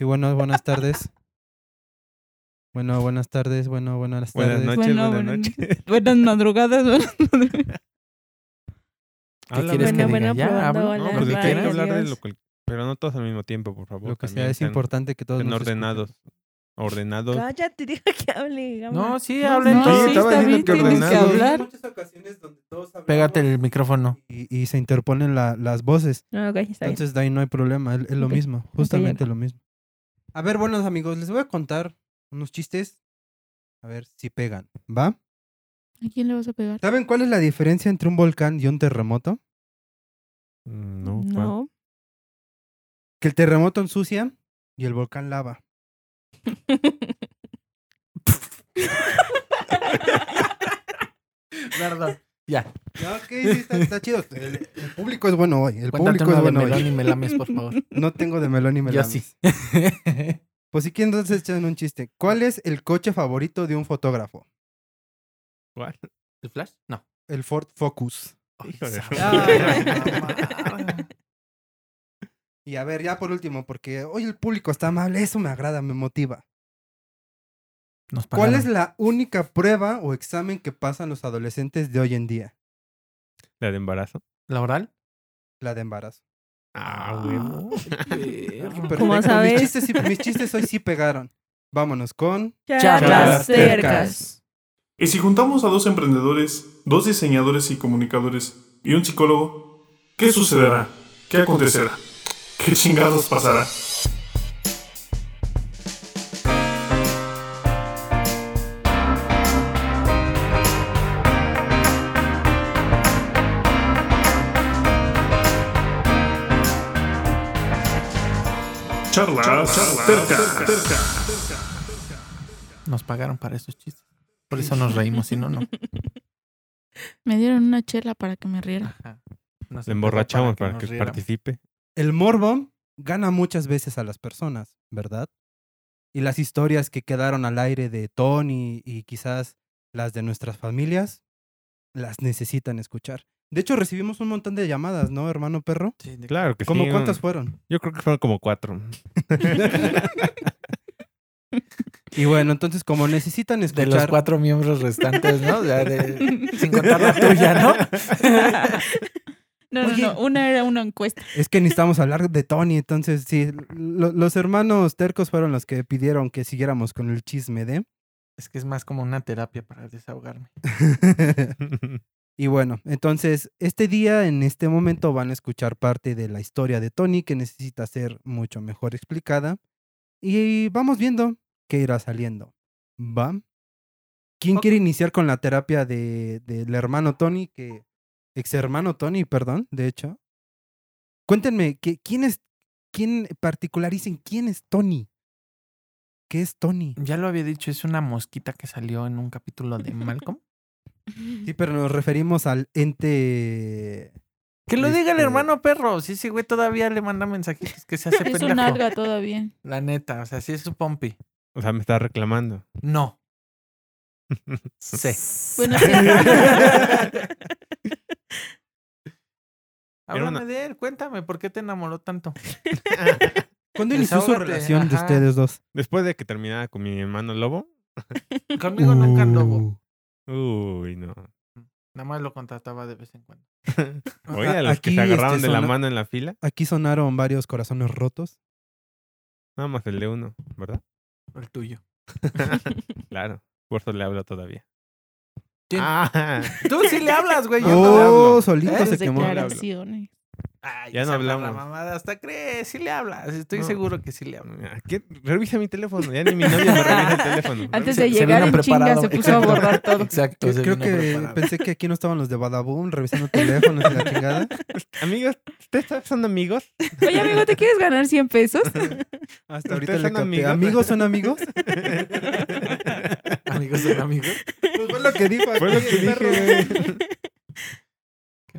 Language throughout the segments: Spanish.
Y bueno, buenas tardes. Bueno, buenas tardes, bueno, buenas Buenas tardes. noches, Bueno, buenas buenas noches. Buenas madrugadas. buenas madrugadas. Habla, quieres bueno, que bueno. diga? No, ya hablo, pues Hola, que hay que varios. hablar de lo cual- pero no todos al mismo tiempo, por favor. Lo que también sea, es sean- importante que todos sean nos escuchen. ordenados. Ordenados. Cállate, deja que hable. Gama. No, sí, No, hablen no, todos. sí, estaba está bien, diciendo que tienes que ordenado. hablar. Pégate el micrófono. Y, y se interponen la- las voces. Ah, ok, está bien. Entonces de ahí no hay problema, es, es lo Ok. mismo, justamente lo mismo. A ver, buenos amigos, les voy a contar unos chistes. A ver si pegan, ¿va? ¿A quién le vas a pegar? ¿Saben cuál es la diferencia entre un volcán y un terremoto? Mm, No, ¿cuál? No. Que el terremoto ensucia y el volcán lava. Perdón. Ya, No, ok, sí, está, está chido. El, el público es bueno hoy. El cuéntate público una es de bueno hoy. melón y melames, por favor. No tengo de melón y melón. Yo sí. Pues si quieren, entonces echan un chiste. ¿Cuál es el coche favorito de un fotógrafo? ¿Cuál? ¿El flash? No. El Ford Focus. Híjole. Ah. Y a ver, ya por último, porque hoy el público está amable, eso me agrada, me motiva. Nos ¿Cuál es pagaron. la única prueba o examen que pasan los adolescentes de hoy en día? ¿La de embarazo? la oral? La de embarazo. Ah, güey. Perfecto. ¿Cómo sabes? Mis chistes, sí- mis chistes hoy sí pegaron. Vámonos con... Charlas cercas. Y si juntamos a dos emprendedores, dos diseñadores y comunicadores y un psicólogo, ¿qué sucederá? ¿Qué acontecerá? ¿Qué chingados pasará? Charlas, cerca, cerca. Nos pagaron para esos chistes. Por eso nos reímos, si no, no. Me dieron una chela para que me riera. Ajá. Nos La emborrachamos para nos que riéramos. participe. El morbo gana muchas veces a las personas, ¿verdad? Y las historias que quedaron al aire de Tony y quizás las de nuestras familias, las necesitan escuchar. De hecho, recibimos un montón de llamadas, ¿no, hermano perro? Sí, de- Claro que ¿Cómo sí. cuántas un- fueron? Yo creo que fueron como cuatro. y bueno, entonces como necesitan De escuchar... los cuatro miembros restantes, ¿no? Ya de- sin contar la tuya, ¿no? No, no, Oye. no. Una era una encuesta. Es que necesitamos hablar de Tony, entonces sí, lo- los hermanos tercos fueron los que pidieron que siguiéramos con el chisme de... Es que es más como una terapia para desahogarme. Y bueno, entonces este día, en este momento, van a escuchar parte de la historia de Tony que necesita ser mucho mejor explicada. Y vamos viendo qué irá saliendo. ¿Va? ¿Quién quiere iniciar con la terapia de, del hermano Tony? Que, ex hermano Tony, perdón, de hecho. Cuéntenme, que, ¿quién es, quién particularicen quién es Tony? ¿Qué es Tony? Ya lo había dicho, es una mosquita que salió en un capítulo de Malcolm. Sí, pero nos referimos al ente... Que lo diga el Este- hermano perro. Sí, sí, güey, todavía le manda mensajitos que se hace Es pendejo. un alga todavía. La neta, o sea, sí es su pompi. O sea, me está reclamando. No. Sí. Bueno, sí. Era Háblame una- de él, cuéntame, ¿por qué te enamoró tanto? ¿Cuándo inició su Desahógate, relación de ajá. ustedes dos? Después de que terminaba con mi hermano Lobo. Conmigo Uh. nunca anduvo. Uy, no. Nada más lo contrataba de vez en cuando. Oye, A- a los que aquí, se agarraron este, de la sona- mano en la fila. Aquí sonaron varios corazones rotos. Nada más el de uno, ¿verdad? El tuyo. Claro. Por eso le hablo todavía. ¿Quién? Ah, Tú sí le hablas, güey. yo no le oh, hablo. solito se Eh, Sus quemó. claro. declaraciones. Ay, Ya no esa habla la hablamos. mamada, hasta crees, sí le hablas. Estoy No. seguro que sí le hablas. ¿a ¿Qué? Revisa mi teléfono. Ya ni mi novia me revisa el teléfono. Antes Revisa- de llegar en chinga se puso a Exacto. borrar todo. Exacto, Cre- se Creo vino que preparado. pensé que aquí no estaban los de Badaboom revisando teléfonos y la chingada. Amigos, ¿ustedes son amigos? Oye, amigo, ¿te quieres ganar 100 pesos? Hasta ¿Ustedes ahorita le son capté. Amigos? amigos? son amigos? Amigos son amigos. Pues fue lo que dijo Fue lo aquí que el perro. dije. Qué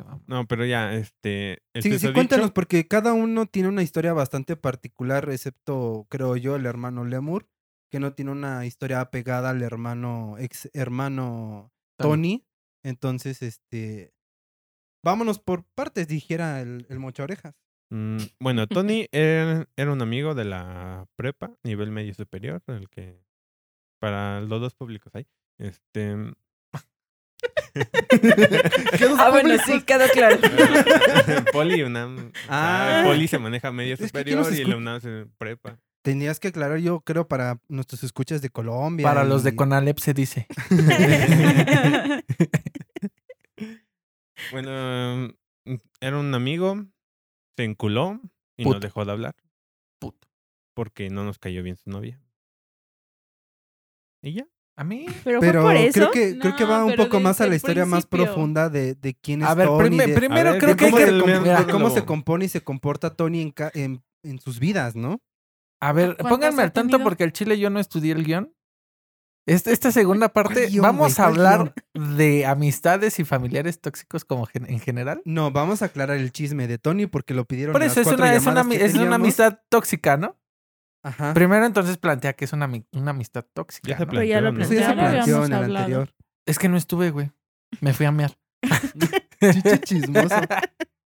mamada. No, pero ya, este. El Sí, sí, susodicho- cuéntanos, porque cada uno tiene una historia bastante particular, excepto, creo yo, el hermano Lemur, que no tiene una historia apegada al hermano, ex hermano Tony. Entonces, este. Vámonos por partes, dijera el, el mocha orejas. Mm, bueno, Tony era, era un amigo de la prepa, nivel medio superior, el que para los dos públicos hay. Este, Ah, bueno, sí, quedó claro. Poli y UNAM. o sea, Ah. Poli se maneja medio Es que aquí superior nos y el escu- UNAM se prepa. Tenías que aclarar, yo creo, para nuestros escuchas de Colombia. Para los y- de Conalep se dice. Bueno, mm, era un amigo, se enculó y Puto. nos dejó de hablar Puto. porque no nos cayó bien su novia. ¿Y ya? A mí. Pero, Pero fue por eso. creo que, creo que No, va un pero poco más a desde la el historia más principio. profunda de, de quién es A ver, Tony, prime- de- primero A ver, creo que hay ¿cómo, que. se, le- com- mira, de cómo se Monólogo. compone y se comporta Tony en, ca- en, en sus vidas, ¿no? A ver, ¿Cuántos pónganme ha al tanto tenido? porque al chile yo no estudié el guión. Este- esta segunda parte, guión, vamos güey? a ¿Cuál hablar de amistades y familiares tóxicos como gen- en general. No, vamos a aclarar el chisme de Tony porque lo pidieron Por en eso las es cuatro una, es, una, llamadas que ami- es una teníamos. amistad tóxica, ¿no? Ajá. Primero entonces plantea que es una, ami- una amistad tóxica. Ya se ¿no? Pero ya lo planteó, Sí, Ya se lo habíamos planteó en el hablado. anterior. Es que no estuve, güey. Me fui a mear. Chiche chismoso.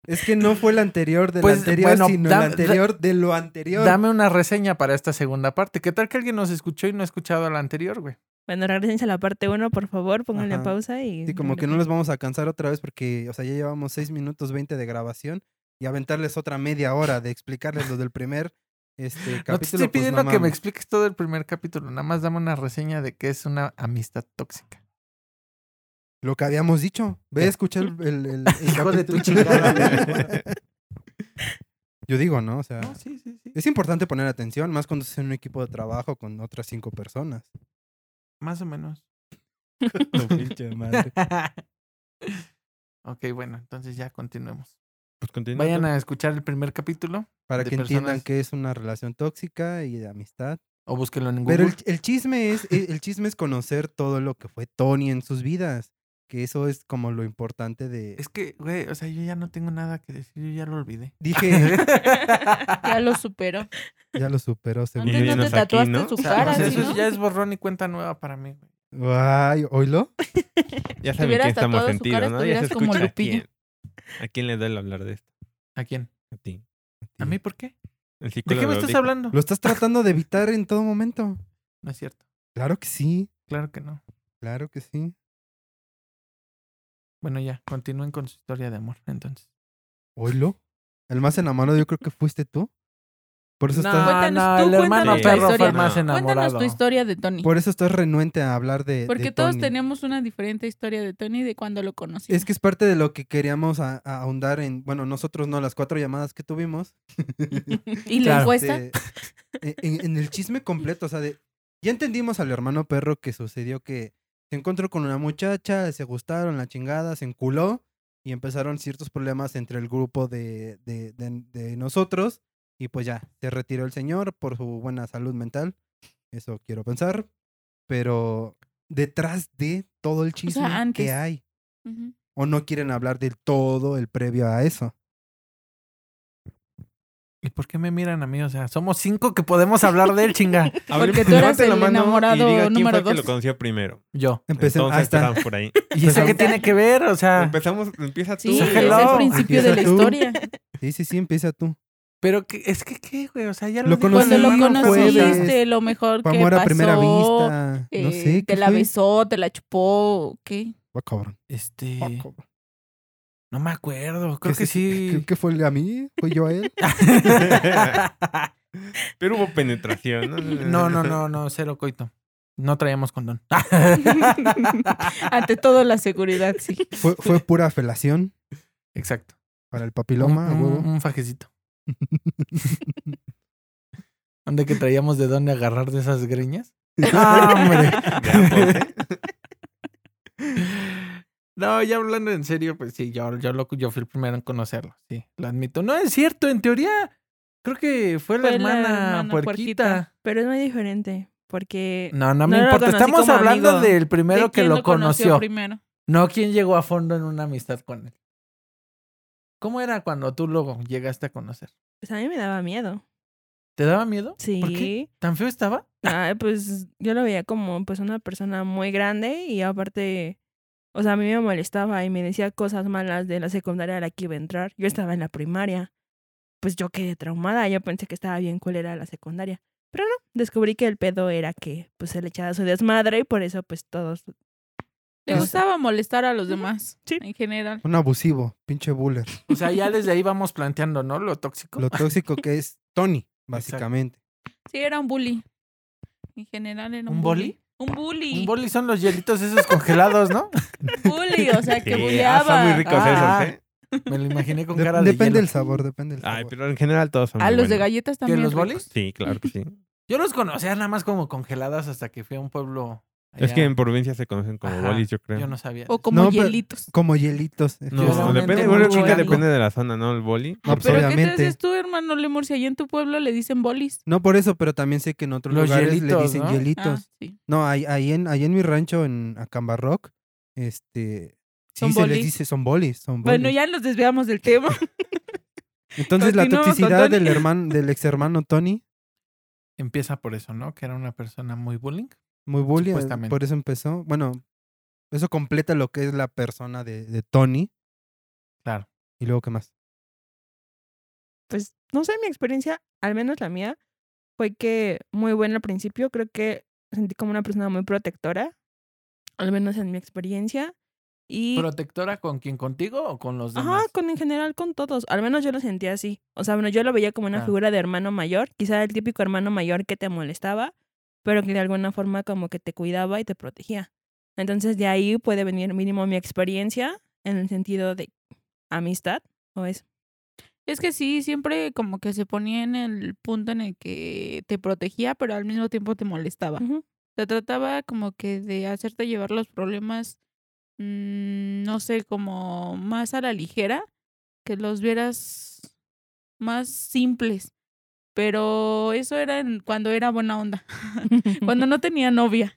Es que no fue el anterior del Pues, anterior, bueno, sino dam- el anterior de lo anterior. Dame una reseña para esta segunda parte. ¿Qué tal que alguien nos escuchó y no ha escuchado a la anterior, güey? Bueno, regresen a la parte 1, por favor, pónganle Ajá. pausa y. Sí, como que no los vamos a cansar otra vez porque, o sea, ya llevamos 6 minutos 20 de grabación y aventarles otra media hora de explicarles lo del primer este, capítulo. no te estoy pues, pidiendo no que me mames. expliques todo el primer capítulo. Nada más dame una reseña de qué es una amistad tóxica. Lo que habíamos dicho. Ve a escuchar el, el, el- el Hijo de tu capítulo. chingada madre. Yo digo, ¿no? O sea, No, sí, sí, sí. es importante poner atención, más cuando estás en un equipo de trabajo con otras cinco personas. Más o menos. Tu pinche madre. ok, bueno, entonces ya continuemos. Pues continúa. Vayan tú. a escuchar el primer capítulo Para De que entiendan personas. que es una relación tóxica y de amistad. o búsquenlo en Google. Pero el, el chisme es e, el el chisme es conocer todo lo que fue Tony en sus vidas, que eso es como lo importante de Es que, güey, o sea, yo ya no tengo nada que decir, yo ya lo olvidé. dije, Ya lo superó. ya lo superó seguro. Antes no te Vinieron aquí, tatuaste ¿no? su O sea, cara, o sea, ¿sí, pues eso es- ¿no? ya es borrón y cuenta nueva para mí, güey. Ay, ¿oílo? Ya Si saben hubieras que estamos tatuado su sentidos, cara, ¿no? Ya se estuvieras como escucha. ¿A Lupillo. quién, ¿A quién le duele hablar de esto? ¿A quién? A ti. ¿A mí por qué? El ¿De qué psicólogo me estás dijo, hablando? Lo estás tratando de evitar en todo momento. No es cierto. Claro que sí, Claro que no. claro que sí. Bueno, ya, continúen con su historia de amor, entonces. ¿Oílo? El más enamorado yo creo que fuiste tú. Por Pues eso estás Cuéntanos tú, el hermano cuéntanos tu perro fue historia. el más No. enamorado. Cuéntanos tu historia de Tony. por eso estás renuente a hablar de pues, Porque de todos Tony. tenemos una diferente historia de Tony de cuando lo conocí. es que es parte de lo que queríamos a- a ahondar en, bueno, nosotros no, las cuatro llamadas que tuvimos, y la claro. encuesta. este, en, en- en el chisme completo, o sea, de, ya entendimos al hermano perro que sucedió que se encontró con una muchacha, se gustaron, la chingada, se enculó y empezaron ciertos problemas entre el grupo de, de- de- de nosotros y pues ya, se retiró el señor por su buena salud mental, eso quiero pensar, pero detrás de todo el chisme antes. que hay Ujú. o no quieren hablar del todo el previo a eso. ¿Y por qué me miran a mí? O sea, somos cinco que podemos hablar de él, chinga. "A ver, Porque tú eras levanten la el mano y enamorado diga quién número fue el que dos. lo conoció primero. Yo. Empecemos Entonces hasta empezamos por ahí. ¿Y Pues, eso qué tiene que ver? O sea, Empezamos, empieza tú. Sí, O sea, es hello. el principio de la Empieza tú. historia. Sí, sí, sí, empieza tú. pero que- es que qué, güey. O sea, ya Lo lo, dijo conocí- el Cuando lo hermano Hermano, Ferro. conociste, lo mejor que Fue amor pasó. a primera vista. no eh, sé. te ¿qué la fue? besó, te la chupó, ¿o ¿qué? Ah, cabrón. Este, Ah, cabrón. no me acuerdo. Creo ¿Qué que se- ¿Qué, sí. Ah, qué fue a mí? ¿Fui yo a él? Pero hubo penetración. no, no, no, no, cero coito. No traíamos condón. Ante todo la seguridad, sí. ¿Fue, fue pura felación Exacto. para el papiloma? a un, huevo? un- un fajecito. ¿Dónde que traíamos de dónde agarrar de esas greñas? ¡Ah, hombre! De pues, ambos, ¿eh? ¿eh? No, ya hablando en serio, pues sí, yo, yo, lo, yo fui el primero en conocerlo, sí, lo admito. No, es cierto, en teoría, creo que fue, Fue la la hermana, hermana puerquita. Mm. Pero es muy diferente. Porque. No, no me No lo importa. conocí Estamos como hablando amigo. del primero ¿De que quién lo conoció, primero? no quien llegó a fondo en una amistad con él. ¿Cómo era cuando tú luego llegaste a conocer? Pues a mí me daba miedo. ¿Te daba miedo? ¿Por qué? Sí. ¿Tan feo estaba? Ay, pues yo lo veía como pues una persona muy grande y aparte O sea, a mí me molestaba y me decía cosas malas de la secundaria a la que iba a entrar. Yo estaba en la primaria. Pues yo quedé traumada. Yo pensé que estaba bien cuál era la secundaria. Pero no, descubrí que el pedo era que pues se le echaba su desmadre y por eso pues todos... Le gustaba molestar a los demás. Sí. En general. Un abusivo, pinche buller. O sea, ya desde ahí vamos planteando, ¿no? Lo tóxico. Lo tóxico que es Tony, básicamente. Sí, era un bully. En general era un, ¿Un bully? Un bully. Un boli son los hielitos esos congelados, ¿no? bully, o sea, que Sí, ah, bulleaba. Están muy ricos Ah. esos, ¿eh? Me lo imaginé con De- cara de depende hielo. del sabor, depende del sabor. Ay, pero en general todos son Ah, muy los de buenos. galletas ¿Qué, también. los ricos. bolis? Sí, claro que sí. Yo los conocía nada más como congelados hasta que fui a un pueblo. Es que allá. en provincia se conocen como Ajá, bolis, yo creo. yo no sabía. O como No, pero- hielitos. Como hielitos. No, Yo solamente depende, un bueno, creo que bolis. depende de la zona, ¿no? El boli. No, Por pero- ¿Pero qué pues, obviamente. te haces tú, hermano Lemur? Si allá en tu pueblo le dicen bolis. No por eso, pero también sé que en otros Los lugares hielitos, le dicen ¿no? hielitos. Ah, sí. No, ahí, ahí en, ahí en mi rancho, en Acamba Rock, este... Sí, Son se les bolis. dice, son bolis, son bolis. Bueno, ya nos desviamos del tema. Entonces, la continuamos con toxicidad Tony. del, hermano, del ex hermano Tony, Empieza por eso, ¿no? Que era una persona muy bullying. muy bully, eh, Supuestamente. por eso empezó. Bueno, eso completa lo que es la persona de, de Tony. Claro. Y luego, ¿qué más? pues no sé, mi experiencia, al menos la mía, fue que muy buena al principio. Creo que sentí como una persona muy protectora, al menos en mi experiencia. Y ¿Protectora con quién? ¿Contigo o con los demás? Ajá, con en general con todos. Al menos yo lo sentía así. O sea, bueno, yo lo veía como una Ah. figura de hermano mayor, quizá el típico hermano mayor que te molestaba, pero que de alguna forma como que te cuidaba y te protegía. Entonces de ahí puede venir mínimo mi experiencia en el sentido de amistad, o es Es que sí, siempre como que se ponía en el punto en el que te protegía, pero al mismo tiempo te molestaba. Ujú. Te trataba como que de hacerte llevar los problemas, mm, no sé, como más a la ligera, que los vieras más simples. Pero eso era en- cuando era buena onda, cuando no tenía novia.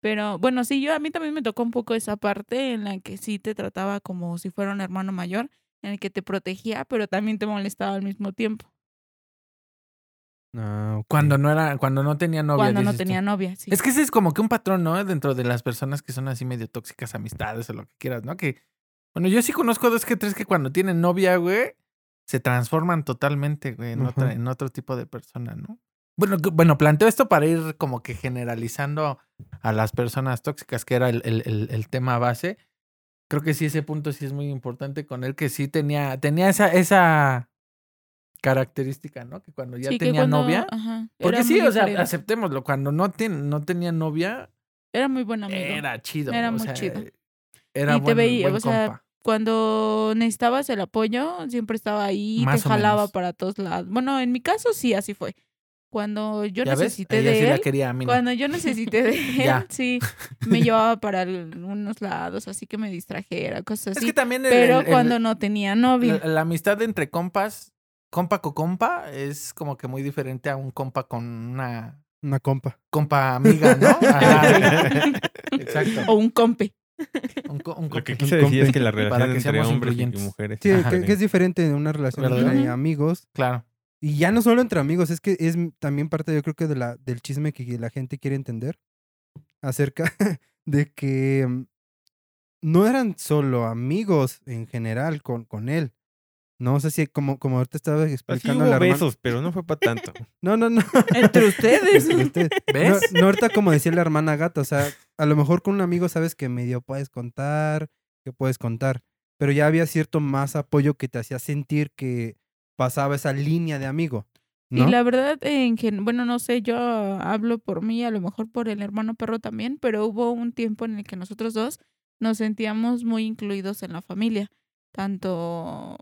Pero bueno, sí, yo a mí también me tocó un poco esa parte en la que sí te trataba como si fuera un hermano mayor, en el que te protegía, pero también te molestaba al mismo tiempo, Ah, Cuando no era, cuando no tenía novia. cuando no dices tú. tenía novia. Sí. Es que ese es como que un patrón, ¿no? Dentro de las personas que son así medio tóxicas, amistades o lo que quieras, ¿no? Que, bueno, yo sí conozco dos que tres que cuando tienen novia, güey, se transforman totalmente, güey, en, Ujú. otra- en otro tipo de persona, ¿no? Bueno, que- bueno, planteo esto para ir como que generalizando a las personas tóxicas, que era el, el- el- el tema base. Creo que sí, ese punto sí es muy importante con él, que sí tenía, tenía esa, esa característica, ¿no? Que cuando ya Sí, que tenía cuando- novia. ajá, Porque era sí, muy o sea, diferente. aceptémoslo. Cuando no, ten- no tenía novia, Era muy buen amigo. era chido. Era o muy sea, chido. Era Y te buen, veía, buen o sea, compa. Cuando necesitabas el apoyo, siempre estaba ahí, Más te o jalaba menos. para todos lados. Bueno, en mi caso sí, así fue. Cuando yo ¿Ya ves? necesité Ella sí de la él, quería a mí. no. cuando yo necesité de él, Ya. sí, me llevaba para algunos lados, así que me distrajera, cosas es así. que también el- pero el- el- cuando no tenía novia. la, la amistad entre compas, compa con compa, es como que muy diferente a un compa con una Una compa. compa amiga, ¿no? Ajá. Exacto. O un compe. Un, co- un Lo que compa- quise un decir es compa. que la Para relación que entre seamos hombres y incluyentes. mujeres. Sí, Ajá. que, que es diferente de una relación ¿Verdad? entre Ujú. amigos. Claro. Y ya no solo entre amigos, es que es m- también parte, yo creo que de la, del chisme que la gente quiere entender acerca de que mm, no eran solo amigos en general con, con él. No, o sea, si como, como ahorita estaba Así explicando Pues hubo la hermana- besos, pero no fue para tanto. No, no, no. entre ustedes. Este, no, ¿Ves? no, ahorita como decía la hermana gata, o sea, a lo mejor con un amigo sabes que medio puedes contar, que puedes contar, pero ya había cierto más apoyo que te hacía sentir que pasaba esa línea de amigo. ¿no? Y la verdad, en gen- bueno, no sé, yo hablo por mí, a lo mejor por el hermano perro también, pero hubo un tiempo en el que nosotros dos nos sentíamos muy incluidos en la familia. Tanto,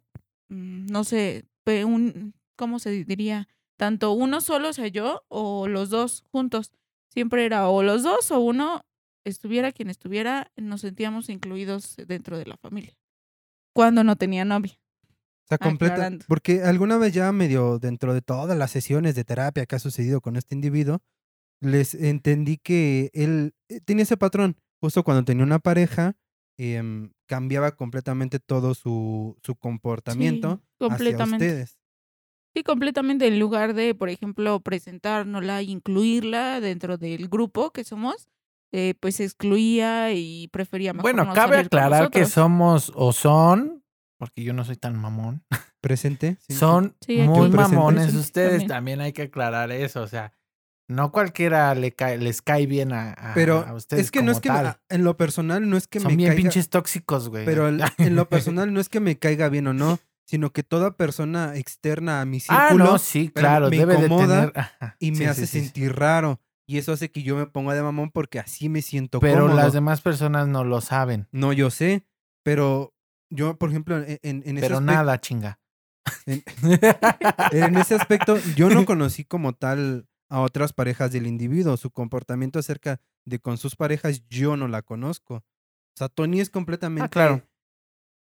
mm, no sé, pe- un, ¿cómo se diría? Tanto uno solo, o sea, yo, o los dos juntos. Siempre era o los dos o uno, estuviera quien estuviera, nos sentíamos incluidos dentro de la familia. Cuando no tenía novia. O sea, completa. Aclarando. Porque alguna vez ya medio dentro de todas las sesiones de terapia que ha sucedido con este individuo, les entendí que él eh, tenía ese patrón. Justo cuando tenía una pareja, em, cambiaba completamente todo su, su Sí, comportamiento hacia completamente. ustedes. Sí, completamente. En lugar de, por ejemplo, presentárnosla, incluirla dentro del grupo que somos, eh, pues se excluía y prefería mejor Bueno, no cabe salir con aclarar que nosotros. somos o son, porque yo no soy tan mamón, Presente. sí. son Sí, aquí muy presente. mamones Sí, ustedes. también. También. hay que aclarar eso, o sea, no cualquiera le cae- les cae bien a, a- Pero a Ah, ustedes. es que no como es que tal. a- en lo personal no es que son me bien caiga, pinches tóxicos, güey. pero al- en lo personal no es que me caiga bien o no, sino que toda persona externa a mi ah, círculo no, sí, pero claro, me debe incomoda de tener ajá, y me sí, sí, hace sí, sí. sentir raro y eso hace que yo me ponga de mamón porque así me siento Pero cómodo. las demás personas no lo saben. No, yo sé, pero yo, por ejemplo, en, en- en ese Pero aspecto, nada, chinga. En- en ese aspecto, yo no conocí como tal a otras parejas del individuo. Su comportamiento acerca de con sus parejas, yo no la conozco. O sea, Tony es completamente. Ah, claro.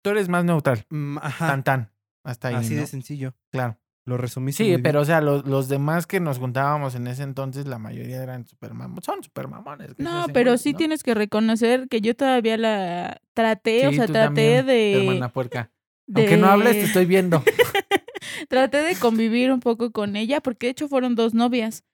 Tú eres más neutral. mm, ajá, Tan tan. Hasta ahí. así ¿no? de sencillo. Claro. Lo resumiste. muy Sí, bien. pero o sea, los, los demás que nos juntábamos en ese entonces, la mayoría eran super mamones. Son super mamones. que se No, hacen pero güeyes, sí ¿no? tienes que reconocer que yo todavía la traté, o Sí, sea, tú traté también, de, Hermana puerca. de- Aunque no hables, te estoy viendo. Traté de convivir un poco con ella, porque de hecho fueron dos novias.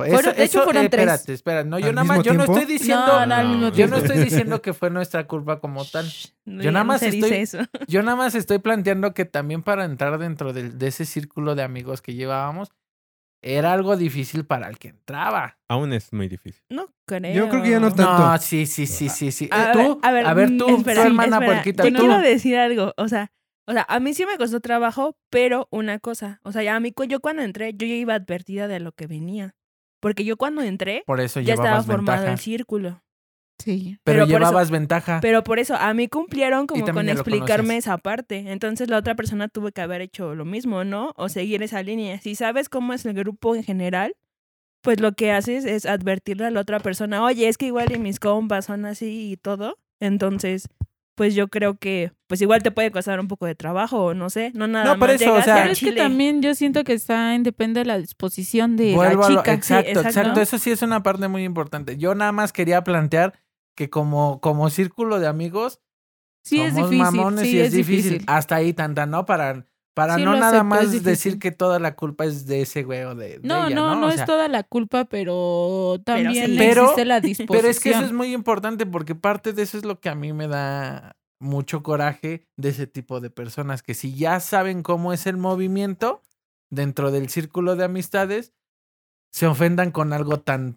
Fueron- eso, de hecho, eso- fueron eh, tres. Espérate, espérate. No, yo ¿Al nada más, mismo yo no tiempo? estoy diciendo. no, no, al mismo Yo tiempo. no estoy diciendo que fue nuestra culpa como tal. Yo nada más se estoy- dice eso. Yo nada más estoy planteando que también para entrar dentro del- de, ese círculo de amigos que llevábamos, era algo difícil para el que entraba. Aún es muy difícil. No creo. Yo creo que ya no está- No, Tanto. sí, sí, Ah, sí, sí, sí. A Eh, ver, tú, a ver, mm, tú, tu espera, hermana espera, puerquita, Te tú. quiero decir algo, o sea, o sea, a mí sí me costó trabajo, pero una cosa, o sea, ya a mí cu- yo cuando entré, yo ya iba advertida de lo que venía, porque yo cuando entré Por eso ya estaba llevabas formado ventaja. el círculo, Sí. pero Pero, por llevabas ventaja. pero por eso a mí cumplieron como también con ya lo explicarme conoces. esa parte, entonces la otra persona tuvo que haber hecho lo mismo, ¿no? O seguir esa línea. Si sabes cómo es el grupo en general. Pues lo que haces es advertirle a la otra persona, oye, es que igual y mis compas son así y todo. Entonces, pues yo creo que, pues igual te puede costar un poco de trabajo, o no sé, no nada No, por más eso, o llegas sea, al Pero es que chile. también yo siento que está en depende de la disposición de Vuelvo la a lo- chica. exacto, exacto, exacto. Eso sí es una parte muy importante. Yo nada más quería plantear que como, como círculo de amigos, Sí, es somos difícil. mamones sí, y es difícil. Hasta ahí tanta, ¿no? Para, para Sí, no lo nada acepto, es más difícil. decir que toda la culpa es de ese güey o de, de No, ella, no, ¿no? no, O es sea, toda la culpa, pero también sí. Pero- existe la disposición. Pero es que eso es muy importante porque parte de eso es lo que a mí me da mucho coraje de ese tipo de personas que si ya saben cómo es el movimiento dentro del círculo de amistades, se ofendan con algo tan,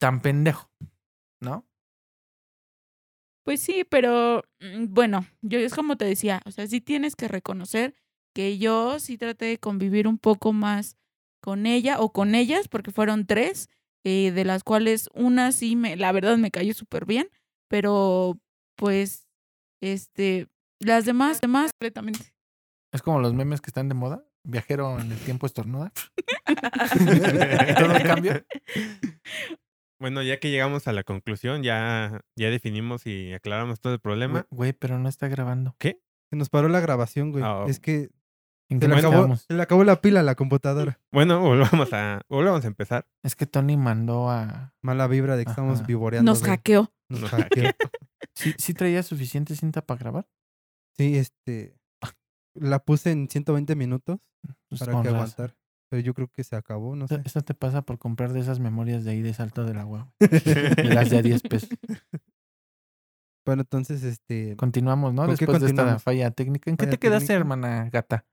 tan pendejo, ¿no? Pues sí, pero mm, bueno, yo es como te decía, o sea, sí tienes que reconocer que yo sí traté de convivir un poco más con ella o con ellas, porque fueron tres, eh, de las cuales una sí me, la verdad me cayó súper bien, pero pues, este, las demás, demás, completamente. Es como los memes que están de moda. Viajero en el tiempo estornuda. Todo en cambio. Bueno, ya que llegamos a la conclusión, ya, ya definimos y aclaramos todo el Güey, problema. Güey, pero no está grabando. Se nos paró la grabación, güey. Ah, Es que ¿En se le, qué nos acabó, quedamos? se le acabó la pila a la computadora. Bueno, volvamos a, volvamos a empezar. Es que Tony mandó a. Mala vibra de que estamos Ajá. vivoreando. Nos güey. hackeó. Nos Nos hackeó. ¿Sí, sí traía suficiente cinta para grabar? Sí, este. La puse en 120 minutos Pues para con Eh, que razón. aguantar. Pero yo creo que se acabó, no Eso, sé. eso te pasa por comprar de esas memorias de ahí de salto del agua. Y las de a 10 pesos. Bueno, entonces, este. Continuamos, ¿no? ¿Con qué Después de esta continuamos? falla técnica. ¿En qué Falla te quedaste, técnica. hermana gata?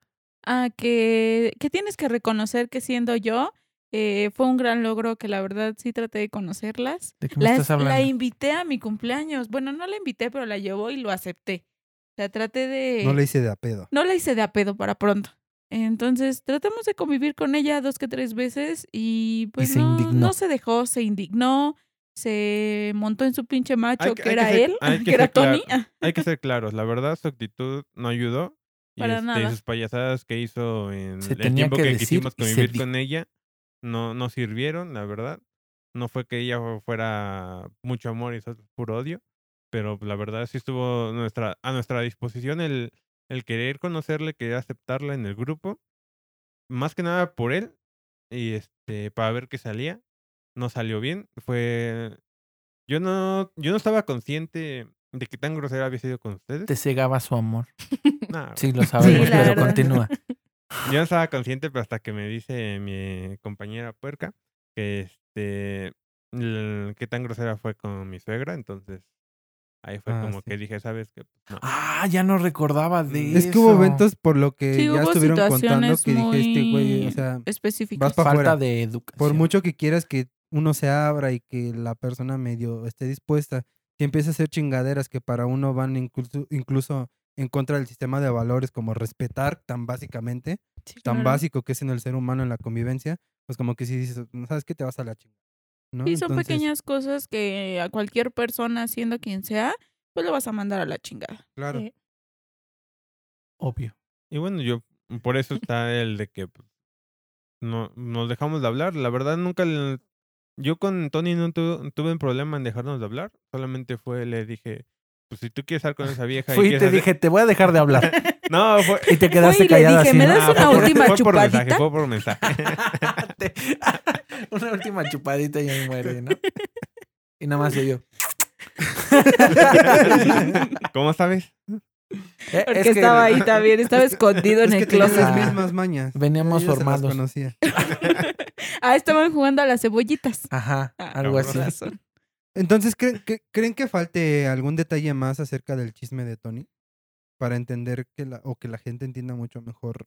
Ah, que, que tienes que reconocer que siendo yo, eh, fue un gran logro que la verdad sí traté de conocerlas. ¿De qué me La, estás la hablando? invité a mi cumpleaños. Bueno, no la invité, pero la llevó y lo acepté. O sea, traté de... No le hice de a pedo. no la hice de apedo para pronto. Entonces, tratamos de convivir con ella dos que tres veces y pues se no, indignó. no se dejó, se indignó, se montó en su pinche macho, Hay que- que, hay que era ser- él, hay que, que era ser claro. Tony. Ah, Hay que ser claros, la verdad su actitud no ayudó. Y Para este, nada. sus payasadas que hizo en Se el tenía tiempo que que, decir quisimos y se convivir dijo. con ella no, no sirvieron, la verdad. No fue que ella fuera mucho amor y nosotros puro odio, pero pues, la verdad sí estuvo nuestra, a nuestra disposición el, el querer conocerle, querer aceptarla en el grupo. Más que nada por él y este para ver qué salía. No salió bien, fue yo no yo no estaba consciente de que tan grosera había sido con ustedes. Te cegaba su amor. Nah, güey. Sí, lo sabemos, la pero verdad. continúa. Yo no estaba consciente, pero hasta que me dice mi compañera puerca que este el- qué tan grosera fue con mi suegra, entonces ahí fue Ah, como sí. que dije, ¿sabes qué? Pues, no. Ah, ya no recordaba de eso. Es que hubo eventos por lo que Sí, ya hubo estuvieron contando situaciones que dije, este güey, o muy- sea, específicas. Vas pa' Falta afuera. de educación. por mucho que quieras que uno se abra y que la persona medio esté dispuesta, si empieza a hacer chingaderas que para uno van incluso, incluso en contra del sistema de valores como respetar tan básicamente, Sí, tan claro. básico que es en el ser humano en la convivencia, pues como que si dices, "No, ¿sabes qué? Te vas a la chingada. ¿no? Sí, son Entonces, pequeñas cosas que a cualquier persona, siendo quien sea, pues lo vas a mandar a la chingada. Claro. Sí. Obvio. Y bueno, yo, mm, por eso está el de que pues, no, nos dejamos de hablar. La verdad, nunca, le- yo con Tony no tu- tuve un problema en dejarnos de hablar, solamente fue, le dije, pues si tú quieres estar con esa vieja... y Fui y quieres te hacer- dije, te voy a dejar de hablar. No, fue... Y te quedaste Fui y le callada dije, así. "Me ¿no? das no, una fue por- última fue por mensaje, chupadita?" Fue por mensaje. Te- una última chupadita y ahí muere, ¿no? Y nada más yo. yo. ¿Cómo sabes? Eh, Porque es que estaba ahí también, estaba escondido Es en que el tenían closet. las Ah. mismas mañas. Veníamos Yo ya se las formados. conocía. Ah, estaban jugando a las cebollitas. Ajá, Ah, algo cabrón. así. Razón. Entonces, ¿creen, que- ¿creen que falte algún detalle más acerca del chisme de Tony? Para entender que la, o que la gente entienda mucho mejor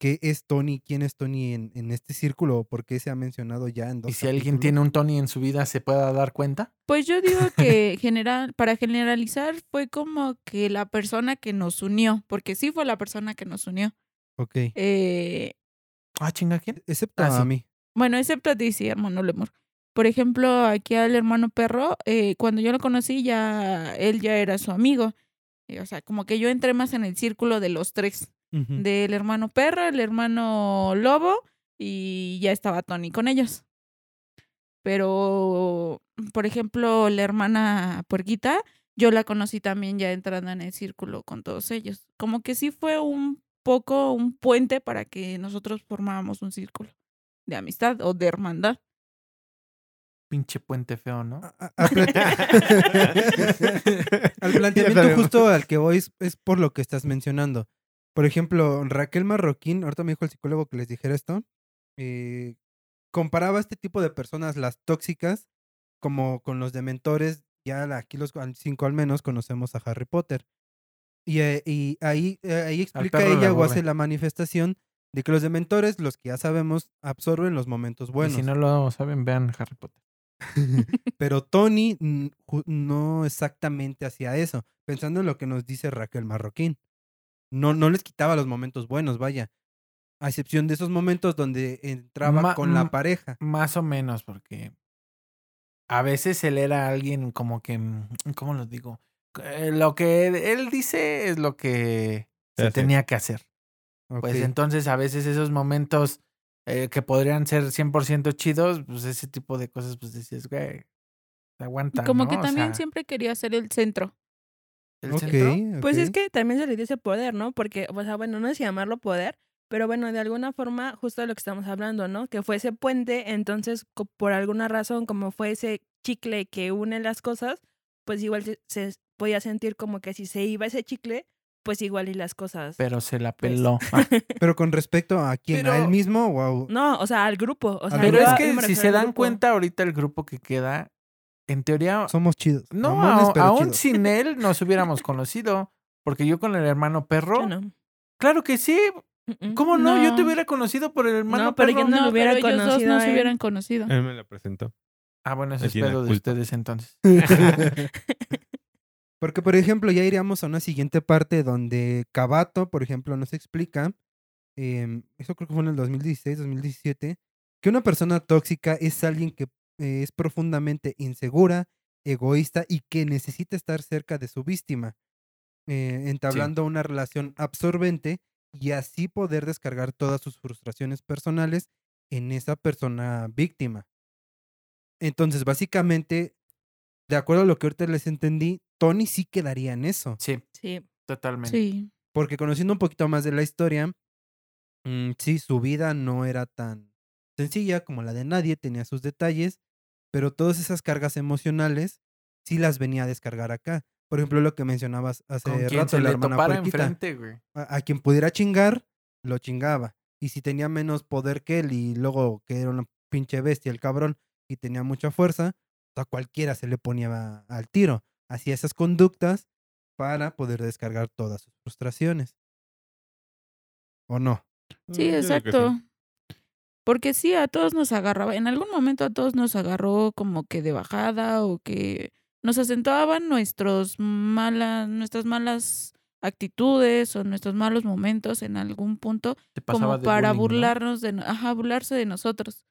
qué es Tony, quién es Tony en, en este círculo o por qué se ha mencionado ya en dos Y si alguien tiene un Tony en su vida, ¿se pueda dar cuenta? Pues yo digo que general, para generalizar fue como que la persona que nos unió, porque sí fue la persona que nos unió. capítulos. Ok. Eh, Ah, chinga, ¿quién? Excepto Ah, sí. a mí. Bueno, excepto a ti, sí, hermano Lemur. Por ejemplo, aquí al hermano perro, eh, cuando yo lo conocí, ya él ya era su amigo. Eh, O sea, como que yo entré más en el círculo de los tres. Ujú. Del hermano perro, el hermano lobo y ya estaba Tony con ellos. Pero, por ejemplo, la hermana puerquita, yo la conocí también ya entrando en el círculo con todos ellos. Como que sí fue un poco un puente para que nosotros formáramos un círculo de amistad o de hermandad. Pinche puente feo, ¿no? A- a- a plante- al planteamiento sabemos. justo al que voy es, es por lo que estás mencionando. Por ejemplo, Raquel Marroquín, ahorita me dijo el psicólogo que les dijera esto, eh, comparaba este tipo de personas, las tóxicas, como con los dementores, ya la- aquí los al- cinco al menos conocemos a Harry Potter. Y, eh, y ahí, eh, ahí explica perro le ella o aburre. hace la manifestación de que los dementores, los que ya sabemos, absorben los momentos Y buenos. si no lo saben, vean Harry Potter. Pero Tony mm, ju- no exactamente hacía eso, pensando en lo que nos dice Raquel Marroquín. No, no les quitaba los momentos buenos, vaya. A excepción de esos momentos donde entraba Ma- con la mm. pareja. Más o menos, porque a veces él era alguien como que, mm, ¿cómo lo digo? Eh, Lo que él- él dice es lo que Se se hace. tenía que hacer. Pues Ok. entonces a veces esos momentos eh, que podrían ser 100% chidos, pues ese tipo de cosas, pues dices, güey, aguanta. Como ¿no? que O también sea, siempre quería ser el centro. el Ok, centro. Pues es ok. que también se le dice poder, ¿no? Porque, o sea, bueno, no es llamarlo poder, pero bueno, de alguna forma, justo de lo que estamos hablando, ¿no? Que fue ese puente, entonces, co- por alguna razón, como fue ese chicle que une las cosas, pues igual se, se podía sentir como que si se iba ese chicle, pues igual y las cosas. Pero se la Pues. peló. Pero con respecto a quién, a él Pero- mismo, wow. No, o sea, al grupo. O sea, Pero yo- es yo que me si refiero se al dan grupo. cuenta ahorita el grupo que queda, en teoría, Somos chidos. no, Mamones, ao- pero aún chidos. sin él nos hubiéramos conocido. Porque yo con el hermano perro, Yo no. claro que sí. Mm-mm. ¿Cómo no? Yo te No. hubiera conocido por el hermano No, pero perro. yo no lo hubiera pero ellos dos conocido no a se él. hubieran conocido. Eh, Él me la presentó. Ah, bueno, eso Me es tiene pedo de culpa. ustedes entonces. Porque, por ejemplo, ya iríamos a una siguiente parte donde Cabato, por ejemplo, nos explica, em, eso creo que fue en el 2016, 2017, que una persona tóxica es alguien que eh, es profundamente insegura, egoísta y que necesita estar cerca de su víctima, eh, entablando una relación absorbente y así poder descargar todas sus frustraciones personales en esa persona víctima. Entonces, básicamente, de acuerdo a lo que ahorita les entendí, Tony sí quedaría en eso. Sí, Sí. totalmente. Sí. Porque conociendo un poquito más de la historia, mm, sí, su vida no era tan sencilla como la de nadie, tenía sus detalles, pero todas esas cargas emocionales sí las venía a descargar acá. Por ejemplo, lo que mencionabas hace Con quien rato, se la le hermana topara puerquita. enfrente, güey. a, a quien pudiera chingar, lo chingaba. Y si tenía menos poder que él y luego que era una pinche bestia el cabrón, y tenía mucha fuerza, pues, a cualquiera se le ponía al tiro. Hacía esas conductas para poder descargar todas sus frustraciones. ¿O no? Sí, Mm, Yo "Pues, digo que exacto. Porque sí, a todos nos agarraba. En algún momento a todos nos agarró como que de bajada o que nos acentuaban nuestros malas, nuestras malas actitudes o nuestros malos momentos en algún punto Te pasaba como de para bullying, ¿no? burlarnos de, no- ajá, burlarse de nosotros.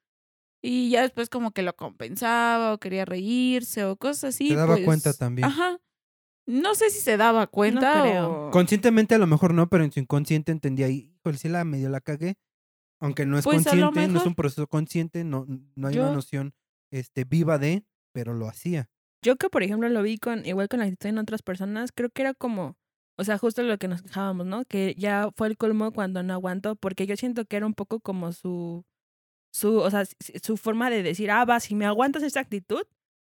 Y ya después como que lo compensaba o quería reírse o cosas así. Se daba pues, cuenta también. Ajá. No sé si se daba cuenta creo. o... Conscientemente a lo mejor no, pero en su inconsciente entendía, híjole, sí la medio la cagué. Aunque no es Pues, a lo consciente, no es mejor. un proceso consciente, no, no hay Yo- una noción este, viva de, pero lo hacía. Yo que, por ejemplo, lo vi con igual con la actitud en otras personas, creo que era como, o sea, justo lo que nos quejábamos, ¿no? Que ya fue el colmo cuando no aguantó, porque yo siento que era un poco como su, su, o sea, s- s- su forma de decir, ah, va, si me aguantas esta actitud,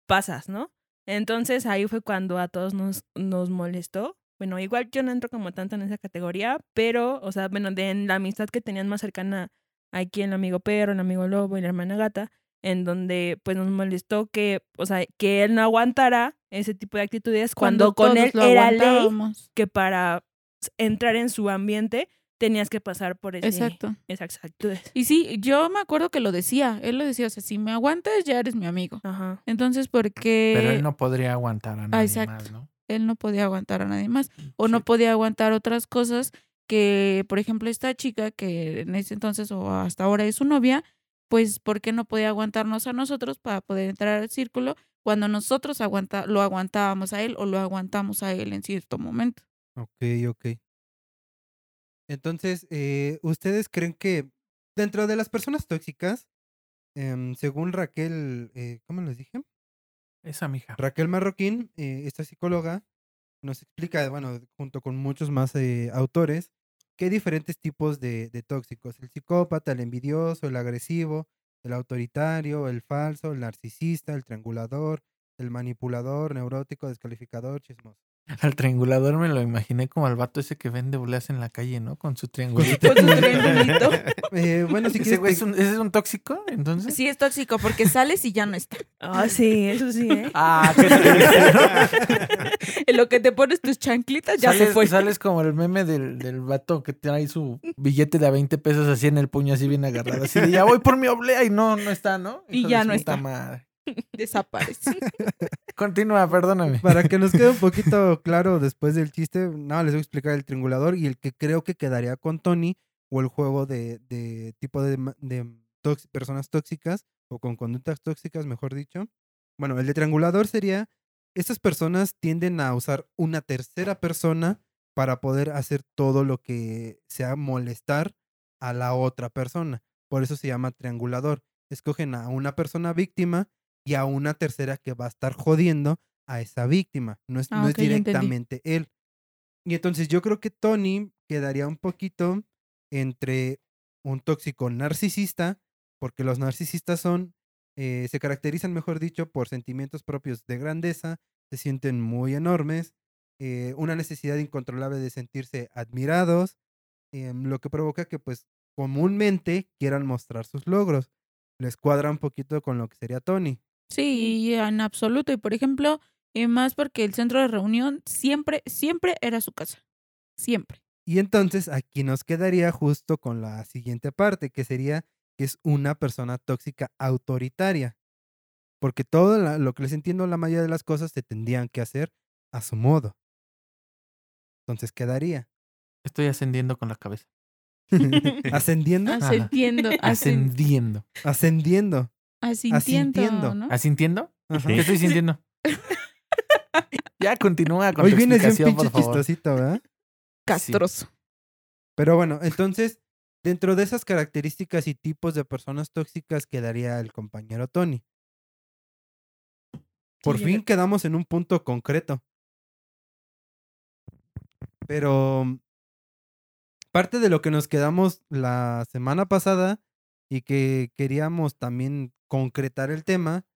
pasas, ¿no? Entonces ahí fue cuando a todos nos, nos molestó. Bueno, igual yo no entro como tanto en esa categoría, pero, o sea, bueno, de en la amistad que tenían más cercana aquí el amigo perro, el amigo lobo y la hermana gata, en donde pues nos molestó que, o sea, que él no aguantara ese tipo de actitudes cuando, con todos él lo era ley aguantábamos. que para s- entrar en su ambiente tenías que pasar por ese, Exacto. esas actitudes. Y sí, yo me acuerdo que lo decía. Él lo decía, o sea, si me aguantas, ya eres mi amigo. Ajá. Entonces, porque Pero él no podría aguantar a nadie exacto. más, ¿no? podía aguantar a nadie Mm, más. O no podía aguantar otras cosas que, por ejemplo, esta chica que en ese entonces o hasta ahora es su novia, pues, ¿por qué no podía aguantarnos a nosotros para poder entrar al círculo cuando nosotros aguanta, lo aguantábamos a él o lo aguantamos a él en cierto momento? Ok, ok. Entonces, eh, ¿ustedes creen que dentro de las personas tóxicas, em, según Raquel, eh, ¿cómo les dije? Esa mija. Raquel Marroquín, eh, esta psicóloga, nos explica, bueno, junto con muchos más eh, autores, que hay diferentes tipos de, de tóxicos. El psicópata, el envidioso, el agresivo, el autoritario, el falso, el narcisista, el triangulador, el manipulador, neurótico, descalificador, chismoso. Al triangulador me lo imaginé como al vato ese que vende bolas en la calle, ¿no? Con su triangulito. Con su triangulito. Eh, bueno, si ¿Ese, quieres... güey te- es un, ¿Ese es un tóxico, entonces? este Sí, es tóxico porque sales y ya no está. Ah, sí, eso sí, ¿eh? Ah, qué triste, ¿no? En lo que te pones tus chanclitas ya sales, se fue. sales como el meme del, del vato que trae su billete de a 20 pesos así en el puño, así bien agarrado. Así de ya voy por mi oblea y no, no está, ¿no? Y Hijo de ya su no puta está. madre. Desaparece. Continúa, perdóname. Para que nos quede un poquito claro después del chiste, nada, les voy a explicar el triangulador y el que creo que quedaría con Tony o el juego de, de tipo de, ma- de tóx- personas tóxicas o con conductas tóxicas, mejor dicho. Bueno, el de triangulador sería, estas personas tienden a usar una tercera persona para poder hacer todo lo que sea molestar a la otra persona. Por eso se llama triangulador. Escogen a una persona víctima y a una tercera que va a estar jodiendo a esa víctima. No es, Ah, ok, no es ya entendí. directamente él. Y entonces yo creo que Tony quedaría un poquito entre un tóxico narcisista, porque los narcisistas son, eh, se caracterizan, mejor dicho, por sentimientos propios de grandeza, se sienten muy enormes, eh, una necesidad incontrolable de sentirse admirados, em, lo que provoca que pues comúnmente quieran mostrar sus logros. Les cuadra un poquito con lo que sería Tony. Sí, en absoluto. Y por ejemplo, eh, más porque el centro de reunión siempre, siempre era su casa. Siempre. Y entonces aquí nos quedaría justo con la siguiente parte, que sería que es una persona tóxica autoritaria. Porque todo la- lo que les entiendo, la mayoría de las cosas se tendrían que hacer a su modo. Entonces quedaría. Estoy ascendiendo con la cabeza. Ascendiendo. Asintiendo, asin- Ascendiendo. Ascendiendo. asintiendo, asintiendo. ¿no? ¿Asintiendo? Ajá. ¿Qué estoy sintiendo? ya continúa con Hoy tu vienes bien explicación, pinche por favor. chistosito, ¿verdad? Castroso. Pero bueno, entonces, dentro de esas características y tipos de personas tóxicas quedaría el compañero Tony. Por Sí, fin quedamos en un punto concreto. Pero parte de lo que nos quedamos la semana pasada y que queríamos también concretar el tema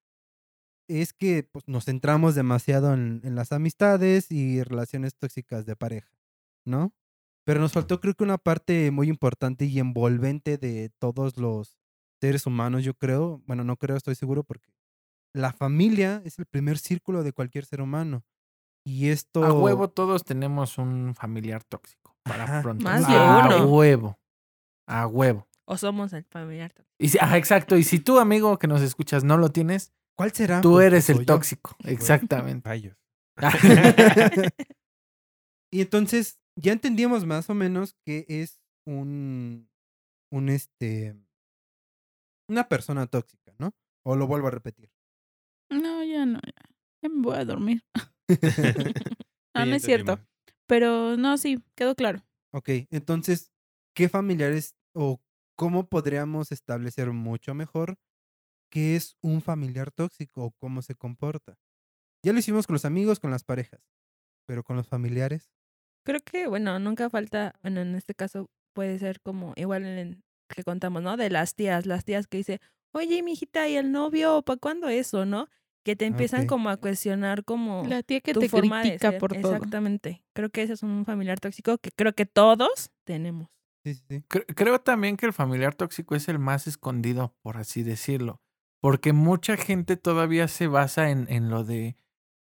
es que pues, nos centramos demasiado en, en las amistades y relaciones tóxicas de pareja, ¿no? Pero nos faltó creo que una parte muy importante y envolvente de todos los seres humanos, yo creo. Bueno, no creo, estoy seguro porque la familia es el primer círculo de cualquier ser humano. Y esto... A huevo todos tenemos un familiar tóxico. Para Ajá. pronto. Más de a uno. huevo. A huevo. O somos el familiar. Y si- ajá, exacto. Y si tú, amigo que nos escuchas, no lo tienes, ¿Cuál será? tú Pues, eres soy el yo. tóxico. Exactamente. Rayos. Ah, y entonces ya entendíamos más o menos que es un, un este, una persona tóxica, ¿no? O lo vuelvo a repetir. No, ya no, ya. Ya me voy a dormir. Sí, No, no es entendimos. cierto. Pero no, sí, quedó claro. Ok, entonces, ¿qué familiares o cómo podríamos establecer mucho mejor qué es un familiar tóxico o cómo se comporta? Ya lo hicimos con los amigos, con las parejas, pero con los familiares. Creo que, bueno, nunca falta, bueno, en este caso puede ser como igual en el que contamos, ¿no? De las tías, las tías que dice, oye, mijita, ¿y el novio? ¿Para cuándo eso, no? Que te Ah, empiezan ok. como a cuestionar Oh, como La tía que tu te forma de critica ser. por todo. Exactamente. Creo que ese es un familiar tóxico que creo que todos tenemos. Sí, sí, sí. Cre- Creo también que el familiar tóxico es el más escondido, por así decirlo. Porque mucha gente todavía se basa en, en lo de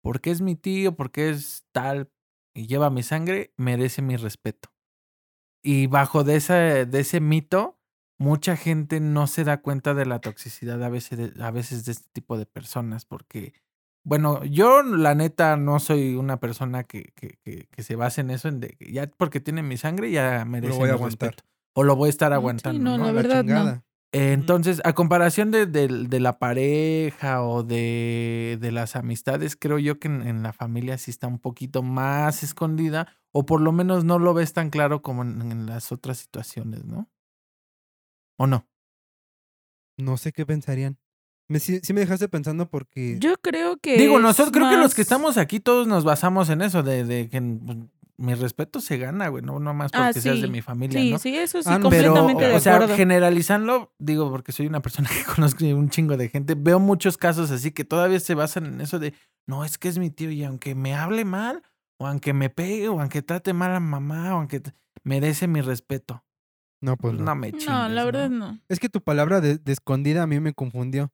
porque es mi tío, porque es tal y lleva mi sangre, merece mi respeto. Y bajo de, esa, de ese mito, mucha gente no se da cuenta de la toxicidad a veces de, a veces de este tipo de personas. Porque, bueno, yo la neta no soy una persona que, que, que, que se base en eso, en de que ya porque tiene mi sangre ya merece voy a mi aguantar. respeto. O lo voy a estar Mm, Sí, aguantando. no, ¿no? la verdad, no. Eh, Entonces, a comparación de, del- de la pareja o de, de las amistades, creo yo que en, en la familia sí está un poquito más escondida o por lo menos no lo ves tan claro como en, en las otras situaciones, ¿no? ¿O no? No sé qué pensarían. Me, sí, sí me dejaste pensando porque... Yo creo que. Digo, es nosotros creo que los que más- estamos aquí todos nos basamos en eso, de, de que pues, mi respeto se gana, güey, no nomás Ah, porque seas de sí. mi familia, Sí, ¿no? sí, eso sí, Ah, no, Pero, completamente de o sea, acuerdo. generalizarlo, digo, porque soy una persona que conozco y un chingo de gente, veo muchos casos así que todavía se basan en eso de, no, es que es mi tío y aunque me hable mal, o aunque me pegue, o aunque trate mal a mamá, o aunque t- merece mi respeto. No, pues no. no me chingues. no, la verdad no. Es que tu palabra de, de escondida a mí me confundió.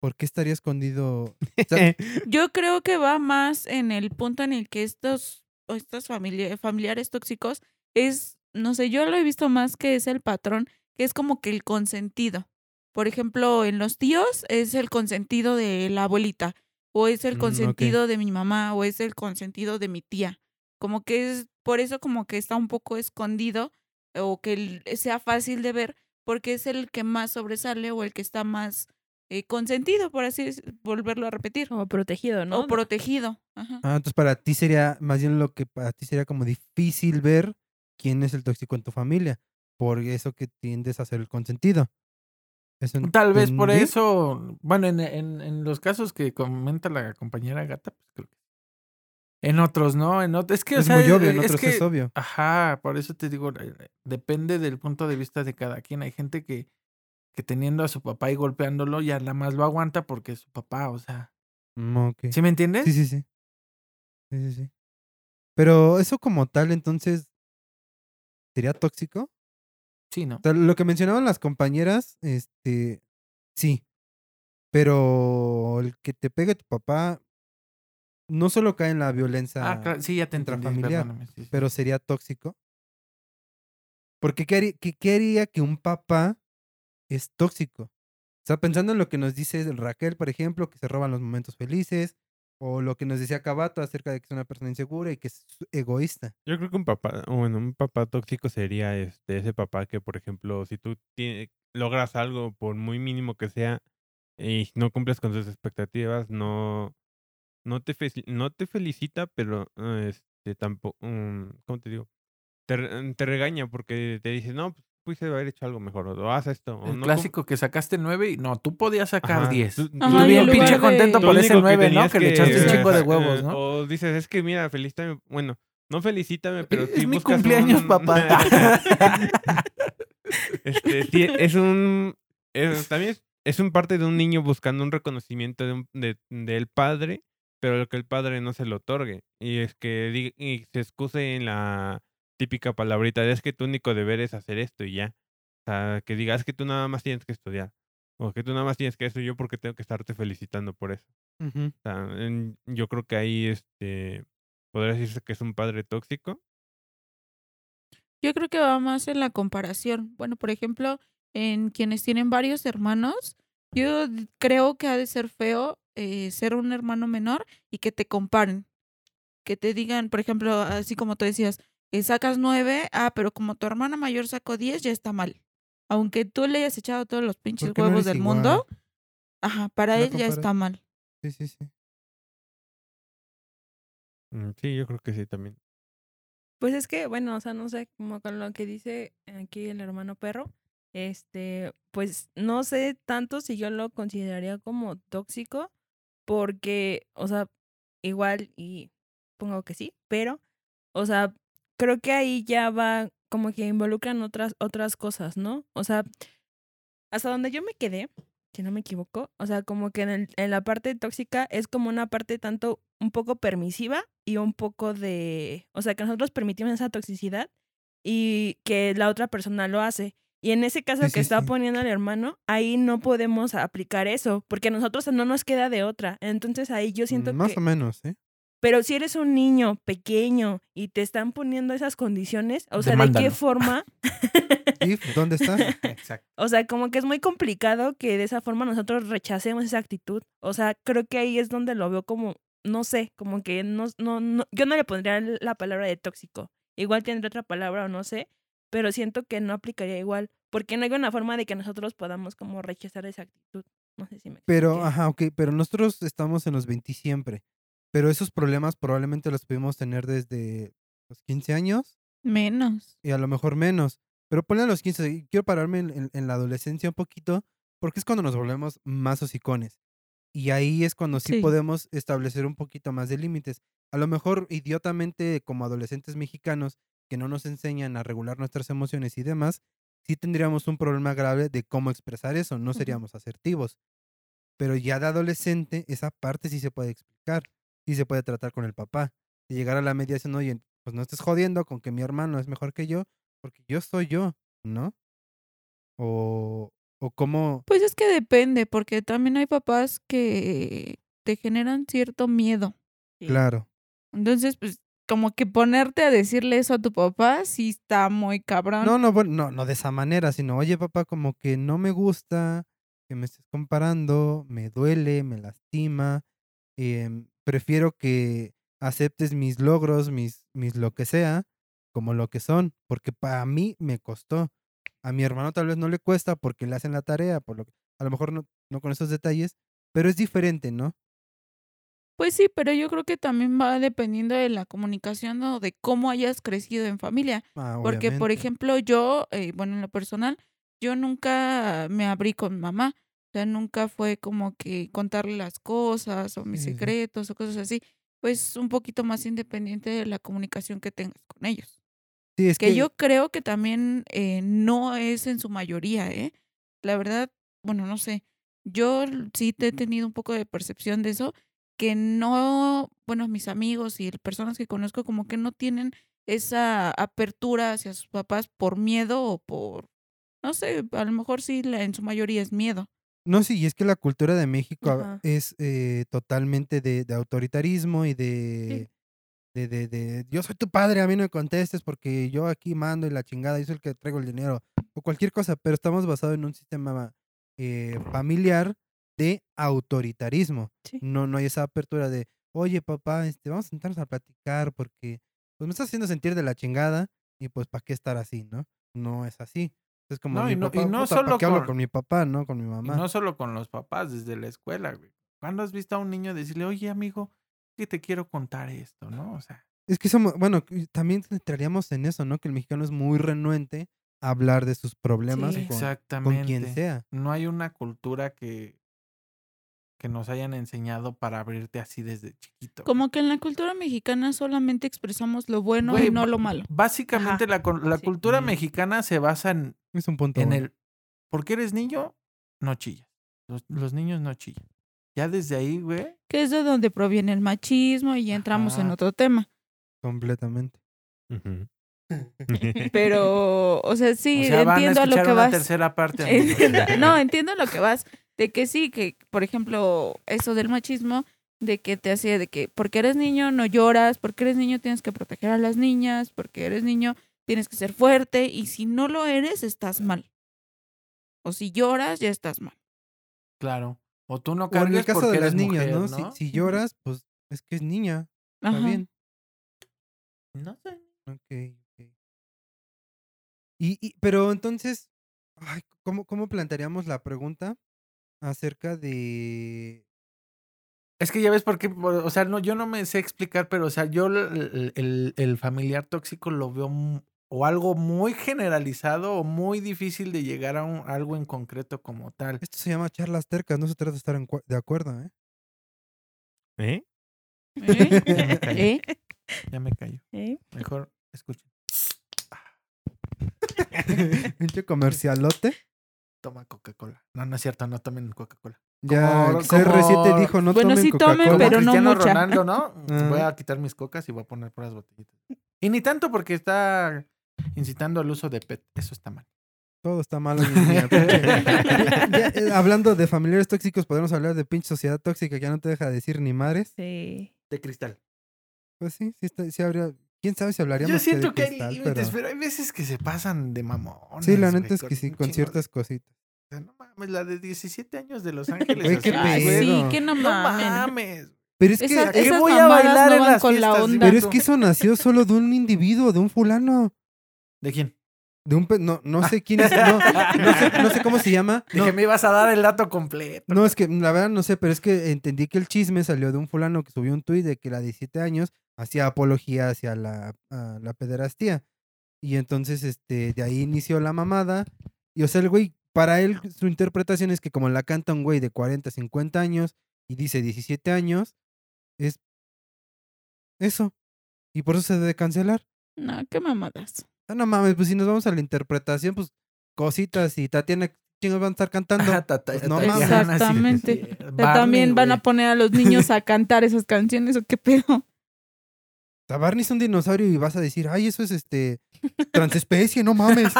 ¿Por qué estaría escondido? O sea, Yo creo que va más en el punto en el que estos, o estos familia- familiares tóxicos es, no sé, yo lo he visto más que es el patrón, que es como que el consentido. Por ejemplo, en los tíos es el consentido de la abuelita, o es Mm, el ok. consentido de mi mamá, o es el consentido de mi tía. Como que es, por eso como que está un poco escondido, o que el- sea fácil de ver, porque es el que más sobresale o el que está más eh, consentido, por así es- volverlo a repetir. Como protegido, ¿no? O protegido. Ajá. ah, entonces para ti sería, más bien lo que para ti sería como difícil ver quién es el tóxico en tu familia. Por eso que tiendes a ser el consentido. Eso Tal vez por entendí. eso, bueno, en, en- en los casos que comenta la compañera Gata, pues creo que... En otros no, en otros... Es que, o Es sea, muy obvio, en es otros que- es obvio. Ajá, por eso te digo, eh, eh, depende del punto de vista de cada quien. Hay gente que, que teniendo a su papá y golpeándolo, ya nada más lo aguanta porque es su papá, o sea. Mm, ok. ¿Sí me entiendes? Sí, sí, sí. Sí, sí, sí. Pero eso como tal, entonces, ¿sería tóxico? Sí, ¿no? O sea, lo que mencionaban las compañeras, este, sí. Pero el que te pegue tu papá no solo cae en la violencia, Ah, claro, sí, ya te entendí, intrafamiliar, perdóname, sí, sí. pero sería tóxico. Porque ¿qué haría, qué, qué haría que un papá es tóxico? O sea, pensando en lo que nos dice Raquel, por ejemplo, que se roban los momentos felices, o lo que nos decía Cabato acerca de que es una persona insegura y que es egoísta. Yo creo que un papá, bueno, un papá tóxico sería este ese papá que, por ejemplo, si tú tie- logras algo, por muy mínimo que sea, y no cumples con tus expectativas, no, no, te, fe- no te felicita, pero eh, este, tampoco, ¿cómo te digo? Te, re- mm, te regaña porque te dice, no, pues pudiste haber hecho algo mejor, o haz esto. o El Oh, no cum- clásico que sacaste nueve y no, tú podías sacar Ajá, diez. tú- Tú tú- en bien lugar pinche de- contento Tú por lo ese único nueve, ¿no? tenías Que le echaste un eh, chingo de ajá, huevos, eh, ¿no? O dices, es que mira, felicítame. Bueno, no felicítame, pero sí es mi buscas cumpleaños, un- papá. Este, sí, es un. es- también es, es un parte de un niño buscando un reconocimiento de un- de- del padre, pero lo que el padre no se lo otorgue. Y es que diga- y se excuse en la típica palabrita de es que tu único deber es hacer esto y ya. O sea, que digas que tú nada más tienes que estudiar. O que tú nada más tienes que eso, yo porque tengo que estarte felicitando por eso. Ujú. O sea, en- yo creo que ahí este podría decirse que es un padre tóxico. Yo creo que va más en la comparación. Bueno, por ejemplo, en quienes tienen varios hermanos, yo d- creo que ha de ser feo eh, ser un hermano menor y que te comparen. Que te digan, por ejemplo, así como tú decías, que sacas nueve, ah, pero como tu hermana mayor sacó diez, ya está mal. Aunque tú le hayas echado todos los pinches Porque no huevos eres del igual. mundo, ajá, para La él ya compara- está mal. Sí, sí, sí. Mm, Sí, yo creo que sí también. Pues es que, bueno, o sea, no sé, como con lo que dice aquí el hermano perro, este, pues no sé tanto si yo lo consideraría como tóxico, porque, o sea, igual y pongo que sí, pero, o sea, creo que ahí ya va como que involucran otras, otras cosas, ¿no? O sea, hasta donde yo me quedé, si no me equivoco, o sea, como que en, el- en la parte tóxica es como una parte tanto un poco permisiva y un poco de, o sea, que nosotros permitimos esa toxicidad y que la otra persona lo hace. Y en ese caso Sí, que sí, está sí. poniendo el hermano, ahí no podemos aplicar eso, porque a nosotros no nos queda de otra. Entonces ahí yo siento Más que... o menos, ¿eh? Pero si eres un niño pequeño y te están poniendo esas condiciones, o sea, ¿de Demándalo. qué forma? If, pues, ¿dónde está? Exacto. O sea, como que es muy complicado que de esa forma nosotros rechacemos esa actitud. O sea, creo que ahí es donde lo veo como, no sé, como que no, no, no- yo no le pondría la palabra de tóxico. Igual tendré otra palabra o no sé, pero siento que no aplicaría igual, porque no hay una forma de que nosotros podamos como rechazar esa actitud. No sé si me Pero, ah, expliqué. ajá, ok, pero nosotros estamos en los 20 siempre. Pero esos problemas probablemente los pudimos tener desde los 15 años Menos. y a lo mejor menos. Pero ponle a los 15, y quiero pararme en, en- en la adolescencia un poquito, porque es cuando nos volvemos más hocicones. Y ahí es cuando sí, Sí. podemos establecer un poquito más de límites. A lo mejor idiotamente como adolescentes mexicanos que no nos enseñan a regular nuestras emociones y demás, sí tendríamos un problema grave de cómo expresar eso, no Ujú. seríamos asertivos. Pero ya de adolescente, esa parte sí se puede explicar, sí se puede tratar con el papá. Si llegar a la mediación, oye, pues no estés jodiendo con que mi hermano es mejor que yo, porque yo soy yo, ¿no? O, o cómo... Pues es que depende, porque también hay papás que te generan cierto miedo. Sí. Claro. Entonces, pues, como que ponerte a decirle eso a tu papá sí está muy cabrón. No, no, bueno, no, no de esa manera, sino, oye, papá, como que no me gusta que me estés comparando, me duele, me lastima, em, prefiero que aceptes mis logros, mis, mis lo que sea, como lo que son, porque para mí me costó. A mi hermano tal vez no le cuesta porque le hacen la tarea, por lo que, a lo mejor no, no con esos detalles, pero es diferente, ¿no? Pues sí, pero yo creo que también va dependiendo de la comunicación o de cómo hayas crecido en familia. Ah, Porque, por obviamente. ejemplo, yo, eh, bueno, en lo personal, yo nunca me abrí con mamá. O sea, nunca fue como que contarle las cosas o mis Sí, sí, sí. secretos o cosas así. Pues un poquito más independiente de la comunicación que tengas con ellos. Sí, es que, yo creo que también eh, no es en su mayoría, ¿eh? La verdad, bueno, no sé. Yo l- sí te he tenido un poco de percepción de eso, que no, bueno, mis amigos y el- personas que conozco como que no tienen esa apertura hacia sus papás por miedo o por, no sé, a lo mejor sí la- en su mayoría es miedo. No, sí, y es que la cultura de México a- Ajá. es eh, totalmente de, de autoritarismo y de, de, de, de, yo soy tu padre, a mí no me contestes porque yo aquí mando y la chingada, yo soy el que traigo el dinero o cualquier cosa, pero estamos basados en un sistema eh, familiar de autoritarismo. Sí. No, no hay esa apertura de, oye papá, este, vamos a sentarnos a platicar porque pues me estás haciendo sentir de la chingada y pues para qué estar así, ¿no? No es así. Es como No, mi y no- y papá, no puta, ¿pa' solo qué hablo con- con mi papá, ¿no? Con mi mamá. Y no solo con los papás, desde la escuela, güey. ¿Cuándo has visto a un niño decirle, oye, amigo, que te quiero contar esto, no? O sea, Es que somos, bueno, que también entraríamos en eso, ¿no? Que el mexicano es muy renuente a hablar de sus problemas Sí. con, exactamente. con quien sea. No hay una cultura que, que nos hayan enseñado para abrirte así desde chiquito. Como que en la cultura mexicana solamente expresamos lo bueno Güey, y no ba- lo malo. Básicamente la, cul- la Sí. cultura Mm. mexicana se basa en, Es un punto. en bueno. el, porque eres niño, no chillas. Los, los niños no chillan. Ya desde ahí, güey, Que es de donde proviene el machismo y ya entramos en Ajá. otro tema. Completamente. Ujú. Pero, o sea, sí, o sea, van entiendo a a lo escuchar que una vas. tercera parte. amigos. Entiendo- no, entiendo lo que vas. De que sí, que por ejemplo, eso del machismo, de que te hacía de que porque eres niño no lloras, porque eres niño tienes que proteger a las niñas, porque eres niño tienes que ser fuerte y si no lo eres estás mal. O si lloras ya estás mal. Claro. O tú no O en cargas el caso porque de las eres niñas, mujer, ¿no? Si- Si, lloras, pues es que es niña. Ajá. Está bien. No sé. Ok, ok. Y, y- pero entonces, ay, ¿cómo, ¿cómo plantearíamos la pregunta acerca de... Es que ya ves por qué, por- o sea, no, yo no me sé explicar, pero, o sea, yo l- l- el, el familiar tóxico lo veo mu- o algo muy generalizado o muy difícil de llegar a, un- a algo en concreto como tal. Esto se llama charlas tercas, no se trata de estar en cua- de acuerdo, ¿eh? ¿Eh? ¿Eh? ¿Eh? Ya me callo. ¿Eh? Mejor escuchen. Pinche comercialote. Toma Coca-Cola. No, no es cierto, no tomen Coca-Cola. Ya Como- CR7 como- dijo, no Bueno, tomen sí tomen, Coca-Cola". Como pero no Cristiano mucha. Ronaldo, ¿no? Ah. Voy a quitar mis cocas y voy a poner puras botellitas. Y ni tanto porque está incitando al uso de PET. Eso está mal. Todo está mal hoy en día, pinche. Ya, eh, hablando de familiares tóxicos, podemos hablar de pinche sociedad tóxica que ya no te deja decir ni madres. Sí. De cristal. Pues sí, sí, está- sí habría... ¿Quién sabe si hablaríamos Yo que de siento que hay cristal, límites, pero... pero- hay veces que se pasan de mamón. Sí, la neta es que sí, con ciertas cositas. No mames, la de 17 años de Los Ángeles. Güey, así, qué Ay, pedo. sí, que no No mamen. mames. Pero es que... eh, Esa- ¿A qué esas voy a mamadas bailar no en van las con la fiestas? onda. Pero es que eso nació solo de un individuo, de un fulano. ¿De quién? De un pe- no, no sé quién es. No, no sé, no sé cómo se llama. De No, que me ibas a dar el dato completo. no, es que la verdad no sé, pero es que entendí que el chisme salió de un fulano que subió un tuit de que la de 17 años hacía apología hacia la, a la pederastía. Y entonces, este, de ahí inició la mamada. Y o sea, el güey, para él, su interpretación es que como la canta un güey de 40, 50 años y dice 17 años, es eso. Y por eso se debe cancelar. No, qué mamadas. Ah, no mames, pues si nos vamos a la interpretación, pues cositas y Tatiana, chingos van a estar cantando? Ah, ta- ta- Pues no ta- mames. Exactamente. Sí, O sea, también Barney, van güey. a poner a los niños a cantar esas canciones o qué pedo. O sea, Barney es un dinosaurio y vas a decir, ay, eso es este transespecie, no mames.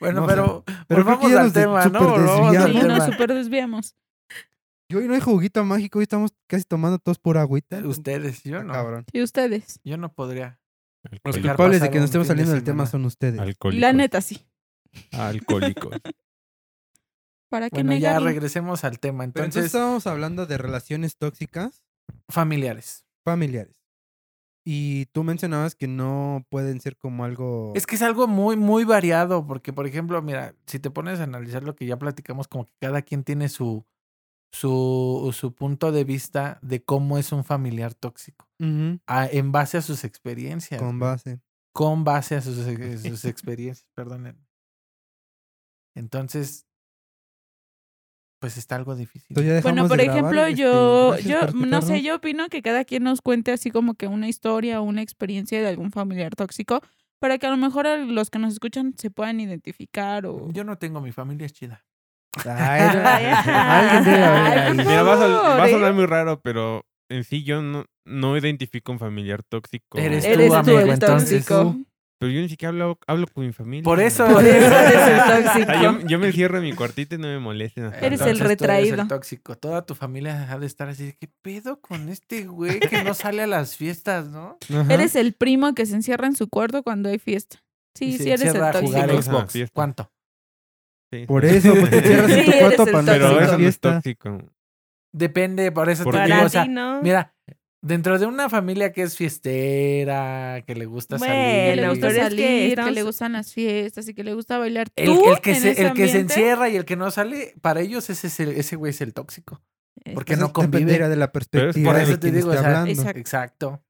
Bueno, No sé. pero, Pero creo que volvamos ya al nos de- tema, ¿no? súper Volvamos al desviamos. Sí, nos tema. super desviamos. Y hoy no hay juguito mágico, hoy estamos casi tomando todos por agüita. Ustedes, yo Está Pues, no. cabrón. ¿Y ustedes? Yo no podría. Los Dejar culpables de pasar que nos un estemos fin de saliendo del tema semana. son ustedes. Alcohólicos. La neta, sí. Alcohólicos. ¿Para qué Bueno, ya negarlo? regresemos al tema. Pero entonces Entonces, estábamos hablando de relaciones tóxicas familiares. familiares. Y tú mencionabas que no pueden ser como algo... Es que es algo muy, muy variado, porque, por ejemplo, mira, si te pones a analizar lo que ya platicamos, como que cada quien tiene su, su, su punto de vista de cómo es un familiar tóxico, Ujú, a- en base a sus experiencias. con base. con base a sus, ex- sus experiencias, perdónenme. Entonces, pues está algo difícil. Entonces ya Bueno, dejamos por de grabar, ejemplo, este, yo, gracias yo por no sé, escucharnos. yo opino que cada quien nos cuente así como que una historia o una experiencia de algún familiar tóxico para que a lo mejor a los que nos escuchan se puedan identificar o... Yo no tengo, mi familia es chida. Ay, no. Alguien debe haber ahí. Mira, va a, sol- va a sonar muy raro, pero en sí yo no, no identifico un familiar tóxico. Eres Eres tú, tú, amigo, el entonces. tóxico. Pero yo ni siquiera hablo, hablo con mi familia. Por eso. Por eso eres el O sea, yo, tóxico. yo me encierro en mi cuartito y no me molesten. hasta Eres la- el eh, Entonces, tú retraído. el tóxico. Toda tu familia ha de estar así, de, ¿qué pedo con este güey que no sale a las fiestas, no? Ajá. Eres el primo que se encierra en su cuarto cuando hay fiesta. Y Sí, se sí, eres el encierra a tóxico. jugar Ajá, Xbox. fiesta. ¿Cuánto? Sí, Por sí. eso, pues te cierras en Sí, tu eres cuarto el para no Pero hacer eso la no es fiesta. tóxico. Depende, por eso Por te ti. digo, Para o sea, ti, ¿no? mira, dentro de una familia que es fiestera, que le gusta Que salir. le Bueno, gusta pero es que salir, que, estamos- le gustan las fiestas y que le gusta bailar. El, Tú, el que, en se, ese el que se ambiente, encierra y el que no sale, para ellos ese, es el- ese güey es el tóxico. Porque pues Eso no convive. dependerá de la por perspectiva eso de te quien digo, esté o sea, hablando. exacto. Exacto.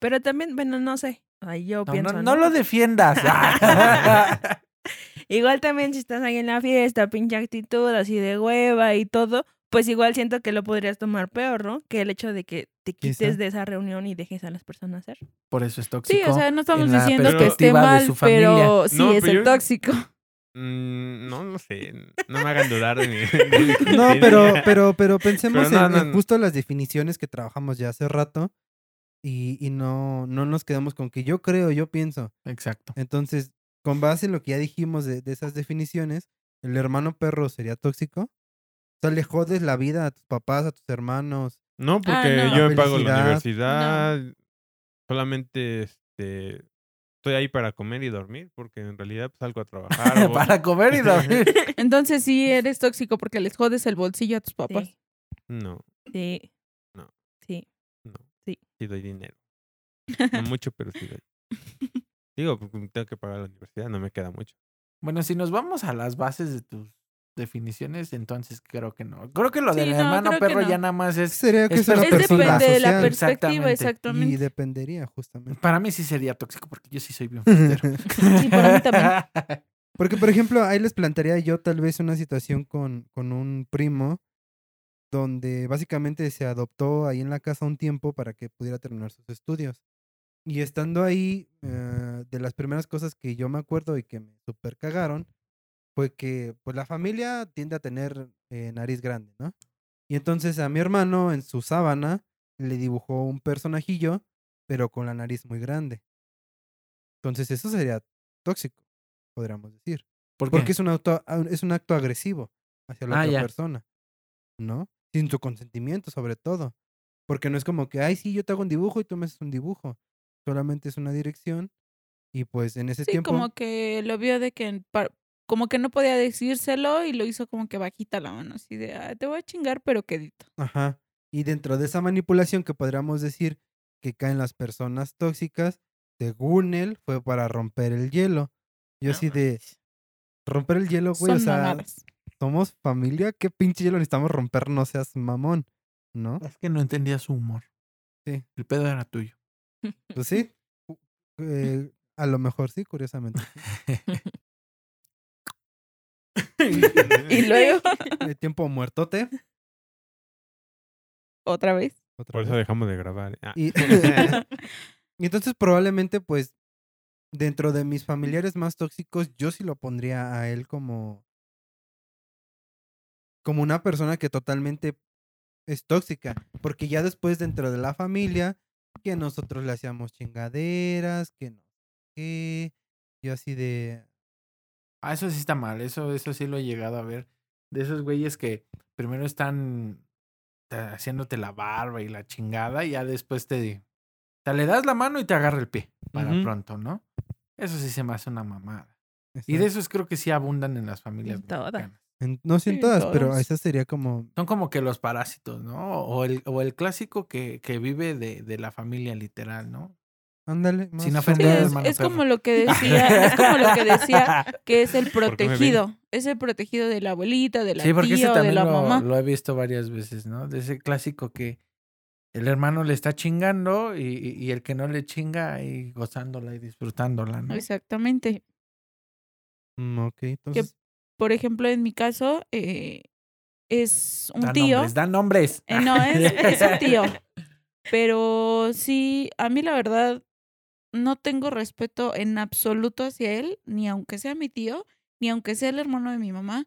Pero también, bueno, no sé. Ay, yo No, pienso. no- ¿no? no lo defiendas. Ah. Igual también si estás ahí en la fiesta, pinche actitud así de hueva y todo, pues igual siento que lo podrías tomar peor, ¿no? Que el hecho de que te quites Quizá. de esa reunión y dejes a las personas ser. Por eso es tóxico. Sí, o sea, no estamos en la diciendo que esté perspectiva de mal, su familia. pero sí No, es pero el yo- tóxico. Mm, no, no sé. No me hagan dudar de mi. de mi No, criterio. pero, pero, pero pensemos Pero no, en, no, en no. justo las definiciones que trabajamos ya hace rato. y, y no, no nos quedamos con que yo creo, yo pienso. Exacto. Entonces, con base en lo que ya dijimos de, de esas definiciones, el hermano perro sería tóxico. O sea, le jodes la vida a tus papás, a tus hermanos. No, porque no. yo me pago la Felicidad. universidad. Solamente este estoy ahí para comer y dormir, porque en realidad pues, salgo a trabajar. o- Para comer y dormir. Entonces sí eres tóxico porque les jodes el bolsillo a tus papás. Sí. No, Sí. No. Sí. no. Sí. Sí doy dinero. No mucho, pero sí doy. Digo, porque tengo que pagar la universidad, no me queda mucho. Bueno, si nos vamos a las bases de tus definiciones, entonces creo que no. Creo que lo Sí, del no, hermano creo que perro no. ya nada más es. Sería que Es es una per- Es persona depende de la social. perspectiva, Y exactamente. dependería, justamente. Para mí sí sería tóxico, porque yo sí soy bien fiestero. Sí, para mí también. Porque, por ejemplo, ahí les plantearía yo tal vez una situación con, con un primo donde básicamente se adoptó ahí en la casa un tiempo para que pudiera terminar sus estudios. Y estando ahí, eh, de las primeras cosas que yo me acuerdo y que me super cagaron fue que pues la familia tiende a tener eh, nariz grande, ¿no? Y entonces a mi hermano en su sábana le dibujó un personajillo, pero con la nariz muy grande. Entonces eso sería tóxico, podríamos decir. ¿Por Porque qué? es un, auto, a- es un acto agresivo hacia la Ah, otra ya. persona, ¿no? Sin su consentimiento, sobre todo. Porque no es como que, ay, sí, yo te hago un dibujo y tú me haces un dibujo. Solamente es una dirección y pues en ese Sí, tiempo... como que lo vio de que en par- como que no podía decírselo y lo hizo como que bajita la mano, así de "Ah, te voy a chingar, pero quedito. Ajá. Y dentro de esa manipulación que podríamos decir que caen las personas tóxicas, según él, fue para romper el hielo. Yo así de romper el hielo, güey, Pues, o Son sea, mamadas. somos familia, qué pinche hielo necesitamos romper, no seas mamón, ¿no? Es que no entendía su humor. Sí. El pedo era tuyo. Pues sí. cu- eh, a lo mejor sí, curiosamente. Y luego El tiempo muertote. otra vez. otra Por eso vez. dejamos de grabar. Ah, Y, y entonces probablemente, pues, dentro de mis familiares más tóxicos, yo sí lo pondría a él como... Como una persona que totalmente es tóxica. Porque ya después dentro de la familia, que nosotros le hacíamos chingaderas, que no. Que yo así de... Ah, eso sí está mal. Eso, eso sí lo he llegado a ver. De esos güeyes que primero están eh, haciéndote la barba y la chingada, y ya después te, te le das la mano y te agarra el pie para Ujú. pronto, ¿no? Eso sí se me hace una mamada. Y de Exacto. esos creo que sí abundan en las familias. En todas. mexicanas. En- no sé en Sí, todas, pero todas. esa sería como... Son como que los parásitos, ¿no? O el, o el clásico que, que vive de, de la familia literal, ¿no? Ándale. más o ofender, Sí, es, menos. hermano es como perro. lo que decía, es como lo que decía que es el ¿Por qué me ven? protegido, es el protegido de la abuelita, de la Sí, porque ese tía o de también la lo- mamá. Lo, he visto varias veces, ¿no? De ese clásico que el hermano le está chingando y, y- y el que no le chinga y gozándola y disfrutándola, ¿no? Exactamente. Mm, ok, entonces... Por ejemplo, en mi caso eh, es un Dan tío. nombres, dan nombres. Eh, no, es, es un tío. Pero sí, a mí la verdad no tengo respeto en absoluto hacia él, ni aunque sea mi tío, ni aunque sea el hermano de mi mamá,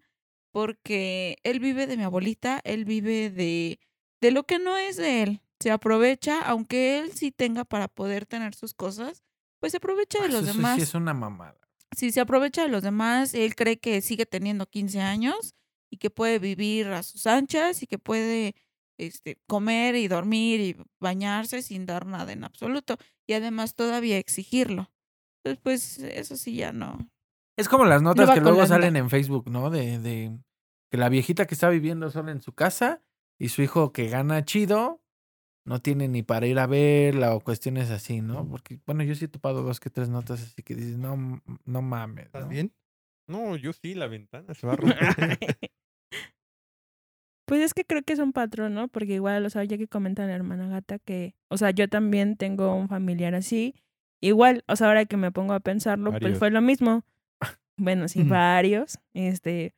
porque él vive de mi abuelita, él vive de, de lo que no es de él. Se aprovecha, aunque él sí tenga para poder tener sus cosas, pues se aprovecha de los Ah, Eso demás sí es una mamada. si se aprovecha de los demás, él cree que sigue teniendo 15 años y que puede vivir a sus anchas y que puede este, comer y dormir y bañarse sin dar nada en absoluto y además todavía exigirlo. Entonces, pues eso sí ya no. Es como las notas va que luego colando. salen en Facebook, ¿no? De, de que la viejita que está viviendo sola en su casa y su hijo que gana chido no tiene ni para ir a verla o cuestiones así, ¿no? Porque, bueno, yo sí he topado dos que tres notas así que dices, no, m- no mames. ¿Estás ¿no? bien? no, yo sí, la ventana se va a romper. Pues es que creo que es un patrón, ¿no? Porque igual, o sea, ya que comenta la hermana gata que, o sea, yo también tengo un familiar así. Igual, o sea, ahora que me pongo a pensarlo, Varios. pues fue lo mismo. Bueno, sí, Ujú. varios. Este,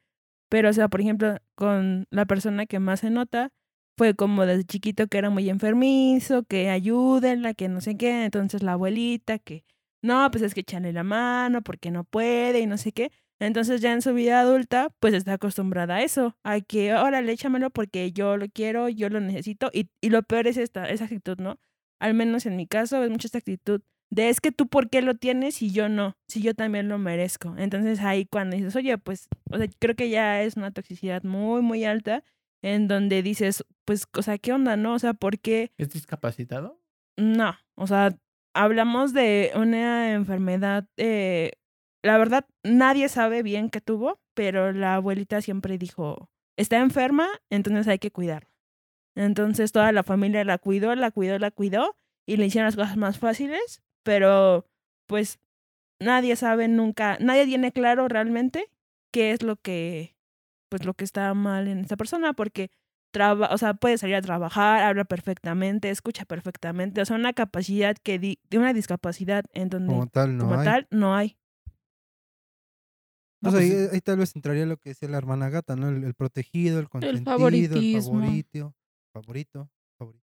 pero, o sea, por ejemplo, con la persona que más se nota fue como desde chiquito que era muy enfermizo, que ayúdenla, que no sé qué. Entonces la abuelita que, no, pues es que echarle la mano porque no puede y no sé qué. Entonces ya en su vida adulta, pues está acostumbrada a eso, a que, órale, échamelo porque yo lo quiero, yo lo necesito. Y, y lo peor es esta, esa actitud, ¿no? al menos en mi caso, es mucha esta actitud de es que tú por qué lo tienes y yo no, si yo también lo merezco. Entonces ahí cuando dices, oye, pues, o sea, creo que ya es una toxicidad muy, muy alta en donde dices, pues, o sea, ¿qué onda, no? O sea, ¿por qué? ¿Es discapacitado? No, o sea, hablamos de una enfermedad, eh, la verdad, nadie sabe bien qué tuvo, pero la abuelita siempre dijo, está enferma, entonces hay que cuidarla. Entonces toda la familia la cuidó, la cuidó, la cuidó y le hicieron las cosas más fáciles, pero pues nadie sabe nunca, nadie tiene claro realmente qué es lo que, pues lo que está mal en esta persona, porque traba, o sea, puede salir a trabajar, habla perfectamente, escucha perfectamente, o sea, una capacidad que, di, una discapacidad en donde Como tal, Oh, no como hay. tal no hay. O sea, pues, ahí, ahí tal vez entraría lo que decía la hermana gata, ¿no? El, el protegido, el consentido, el, favoritismo. favorito, favorito, favorito.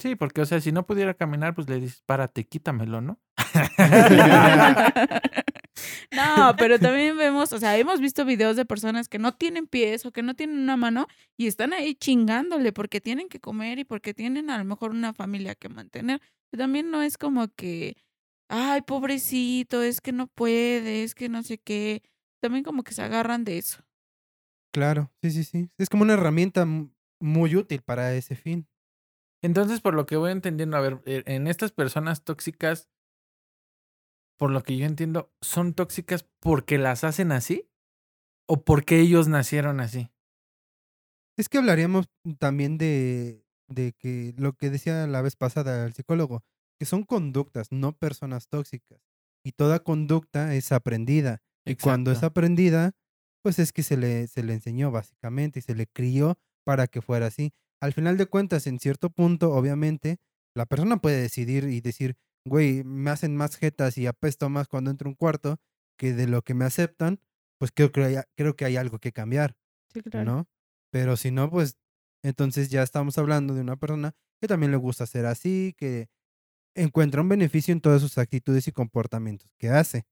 Sí, porque, o sea, si no pudiera caminar, pues le dices, párate, quítamelo, ¿no? No, pero también vemos, o sea, hemos visto videos de personas que no tienen pies o que no tienen una mano y están ahí chingándole porque tienen que comer y porque tienen a lo mejor una familia que mantener. También no es como que, ay, pobrecito, es que no puede, es que no sé qué. También como que se agarran de eso. Claro, sí, sí, sí. Es como una herramienta m- muy útil para ese fin. Entonces, por lo que voy entendiendo, a ver, eh, en estas personas tóxicas, por lo que yo entiendo, ¿son tóxicas porque las hacen así? ¿O porque ellos nacieron así? Es que hablaríamos también de, de que lo que decía la vez pasada el psicólogo, que son conductas, no personas tóxicas. Y toda conducta es aprendida. Y cuando es Exacto. aprendida, pues es que se le, se le enseñó básicamente y se le crió para que fuera así. Al final de cuentas, en cierto punto, obviamente, la persona puede decidir y decir, güey, me hacen más jetas y apesto más cuando entro a un cuarto que de lo que me aceptan, pues creo que hay, creo que hay algo que cambiar, Sí, ¿no? Pero si no, pues entonces ya estamos hablando de una persona que también le gusta ser así, que encuentra un beneficio en todas sus actitudes y comportamientos que hace.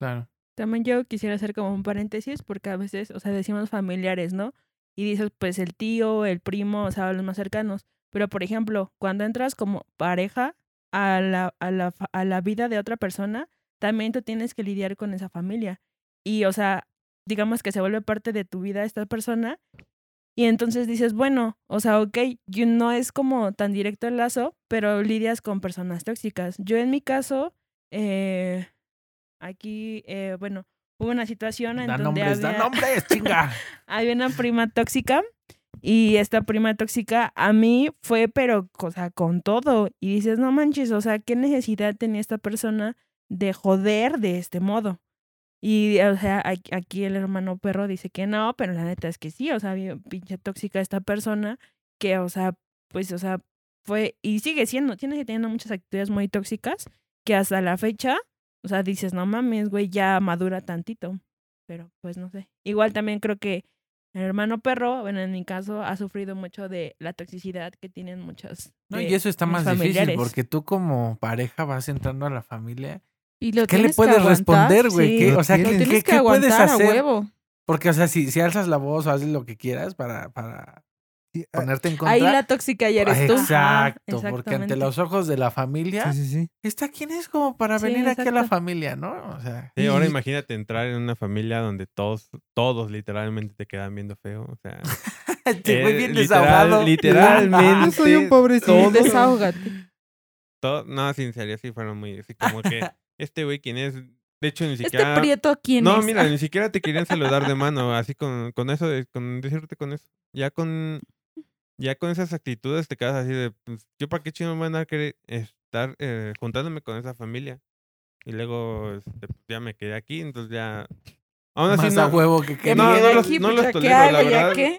Claro. También yo quisiera hacer como un paréntesis porque a veces, o sea, decimos familiares, ¿no? Y dices, pues el tío, el primo, o sea, los más cercanos. Pero, por ejemplo, cuando entras como pareja a la, a la, fa- a la vida de otra persona, también tú tienes que lidiar con esa familia. Y, o sea, digamos que se vuelve parte de tu vida esta persona. Y entonces dices, bueno, o sea, ok, yo- no es como tan directo el lazo, pero lidias con personas tóxicas. Yo en mi caso, eh, aquí, eh, bueno, hubo una situación en Da donde nombres, da había- nombres, chinga. había una prima tóxica y esta prima tóxica a mí fue, pero, o sea, con todo. Y dices, no manches, o sea, ¿qué necesidad tenía esta persona de joder de este modo? Y, o sea, aquí- aquí el hermano perro dice que no, pero la neta es que sí, o sea, bien pinche tóxica esta persona que, o sea, pues, o sea, fue y sigue siendo, tiene que teniendo muchas actividades muy tóxicas que hasta la fecha, o sea, dices, no mames, güey, ya madura tantito. Pero, pues, no sé. Igual también creo que el hermano perro, bueno, en mi caso, ha sufrido mucho de la toxicidad que tienen muchas. No, eh, de y eso está mis más difícil familiares. porque tú como pareja vas entrando a la familia. Y lo ¿Qué le tienes que puedes aguantar, responder, güey? Sí. ¿Qué- Lo O sea, tienes- Lo ¿qué, tienes qué- que qué aguantar puedes a hacer? huevo. Porque, o sea, si, si alzas la voz o haces lo que quieras para, para Sí, ah, ponerte en contra. Ahí la tóxica ya eres tú. Exacto, Ajá, porque ante exactamente. los ojos de la familia, sí, sí, sí. está quien es como para Sí, venir aquí a la exacto. familia, ¿no? O sea, Sí, ahora Y- imagínate entrar en una familia donde todos, todos literalmente te quedan viendo feo. O sea, este güey eh, bien literal- desahogado. Literalmente. Yo soy un pobrecito. todo- Desahógate. todo- no, sin serio, sí fueron muy así como que este güey quién es. De hecho, ni Este siquiera. prieto, ¿quién no, es? mira, ni siquiera te querían saludar de mano, así con, con eso, de- con decirte con eso. Ya con ya con esas actitudes te quedas así de, pues, yo para qué chino me van a querer estar eh, juntándome con esa familia. Y luego este, pues, ya me quedé aquí, entonces ya... Aún así Más no, a huevo que Que que no, me no, Pues, quede los, aquí, no pues, los ¿ya qué tolero, la hago? ¿Ya verdad. qué?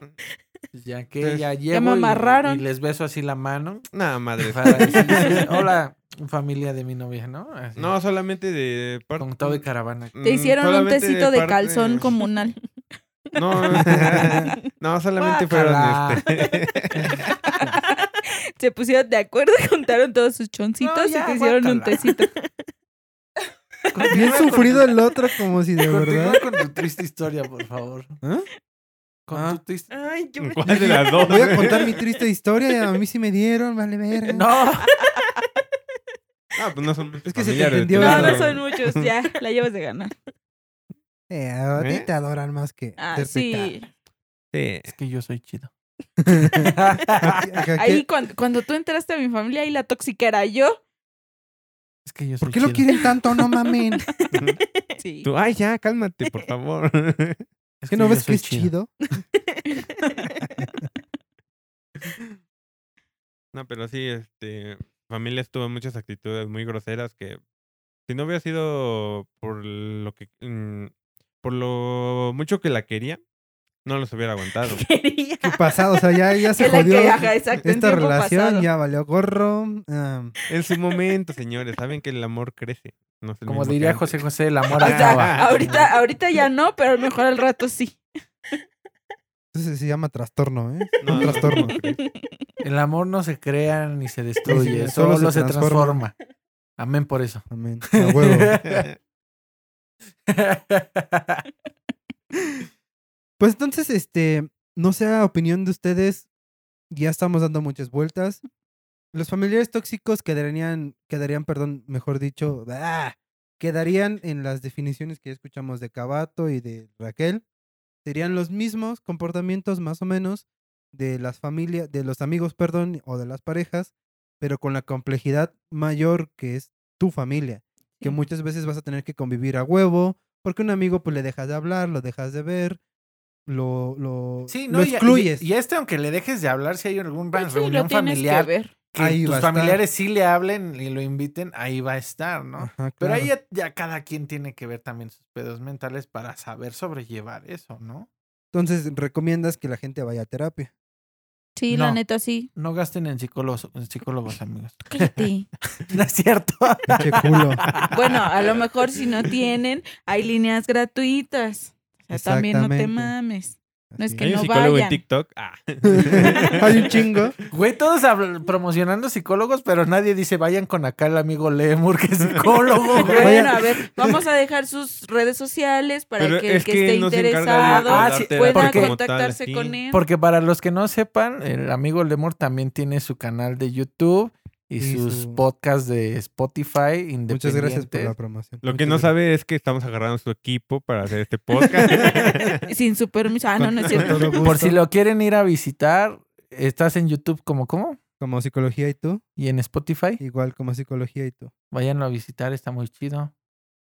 Ya que ya llevo me y- amarraron. Y, les beso así la mano. Nada, madre. para decirles, Hola, familia de mi novia, ¿no? Así, No, solamente de parte... mm, con todo y caravana. Te hicieron un tecito de, calzón como comunal. No, no, solamente fueron Guácala. este... Se pusieron de acuerdo, juntaron todos sus choncitos No, y ya, te hicieron un guácala. tecito. Bien sufrido el otro, como si de Continúa verdad. ¿eh? con tu triste historia, por favor. ¿Ah? con Ah. tu twist. Ay, yo me... ¿Cuál de las dos? Voy a contar mi triste historia. A mí sí me dieron, vale verga. No, Ah, pues no son muchos Es que se te familiares, entendió tienes eso. no razón. son muchos, ya, la llevas de ganar. Eh, a ti ¿Eh? te adoran más que. Ah, ser sí. Sí. es que yo soy chido. pecado. Aquí- aquí- Ahí cuando, cuando tú entraste a mi familia, ahí la tóxica era yo. Es que yo soy ¿Por qué lo chido. quieren tanto? No mamen. Sí. Tú, ay, ya, cálmate, por favor. Es ¿Qué no yo ves que soy es chido? No, pero sí, este, familias tuvo muchas actitudes muy groseras que si no hubiera sido por lo que mm, por lo mucho que la quería, no los hubiera aguantado. Quería. ¿Qué pasado? O sea, ya, ya se Es la jodió que, ajá, exacto, en esta tiempo relación. pasado. Ya valió gorro. am, En su momento, señores, saben que el amor crece. No es el Como mismo que diría antes. José José, el amor O O sea, acaba. ahorita, ahorita ya no, pero a lo mejor al rato sí. entonces se llama trastorno, ¿eh? No, Un no, no, trastorno. no crece. El amor no se crea ni se destruye, Sí, solo, se, transforma. Amén por eso. Amén. A huevo. Pues entonces, este, no sea opinión de ustedes, ya estamos dando muchas vueltas. Los familiares tóxicos quedarían, quedarían, perdón, mejor dicho, ¡ah! quedarían en las definiciones que ya escuchamos de Cabato y de Raquel. Serían los mismos comportamientos más o menos de las familias, de los amigos, perdón, o de las parejas, pero con la complejidad mayor que es tu familia, que Sí. muchas veces vas a tener que convivir a huevo, porque un amigo pues le dejas de hablar, lo dejas de ver, lo, lo, Sí, lo no, y- excluyes. Y, y este, aunque le dejes de hablar, si hay alguna Sí, reunión familiar que ver. que Ahí va tus a estar. familiares sí le hablen y lo inviten, ahí va a estar, ¿no? Ajá, Pero Ah, claro. ahí ya, ya cada quien tiene que ver también sus pedos mentales para saber sobrellevar eso, ¿no? Entonces, recomiendas que la gente vaya a terapia. Sí, No. la neta, sí. No gasten en psicólogos, en psicólogos amigos. Cállate. No es cierto. Pinche culo. bueno, a lo mejor si no tienen, hay líneas gratuitas. O sea, también no te Exactamente. mames. No es Así que Hay un no psicólogo vayan. en TikTok. Ah. Hay un chingo. Güey, todos habl- promocionando psicólogos, pero nadie dice vayan con acá el amigo Lemur, que es psicólogo, güey. Bueno, a ver, vamos a dejar sus redes sociales para Pero que el es que, que esté no se encarga de- interesado de dar Ah, sí, terapia pueda porque- como tal, contactarse sí. con él. Porque para los que no sepan, el amigo Lemur también tiene su canal de YouTube y, Y sus su- podcasts de Spotify independientes. Muchas gracias por la promoción. Lo que Muchas no gracias. sabe es que estamos agarrando su equipo para hacer este podcast. Sin su permiso. Ah, no, no es Con cierto. todo gusto. Por si lo quieren ir a visitar, estás en YouTube como cómo Como psicología y tú, y en Spotify. igual como psicología y tú. Váyanlo a visitar, está muy chido.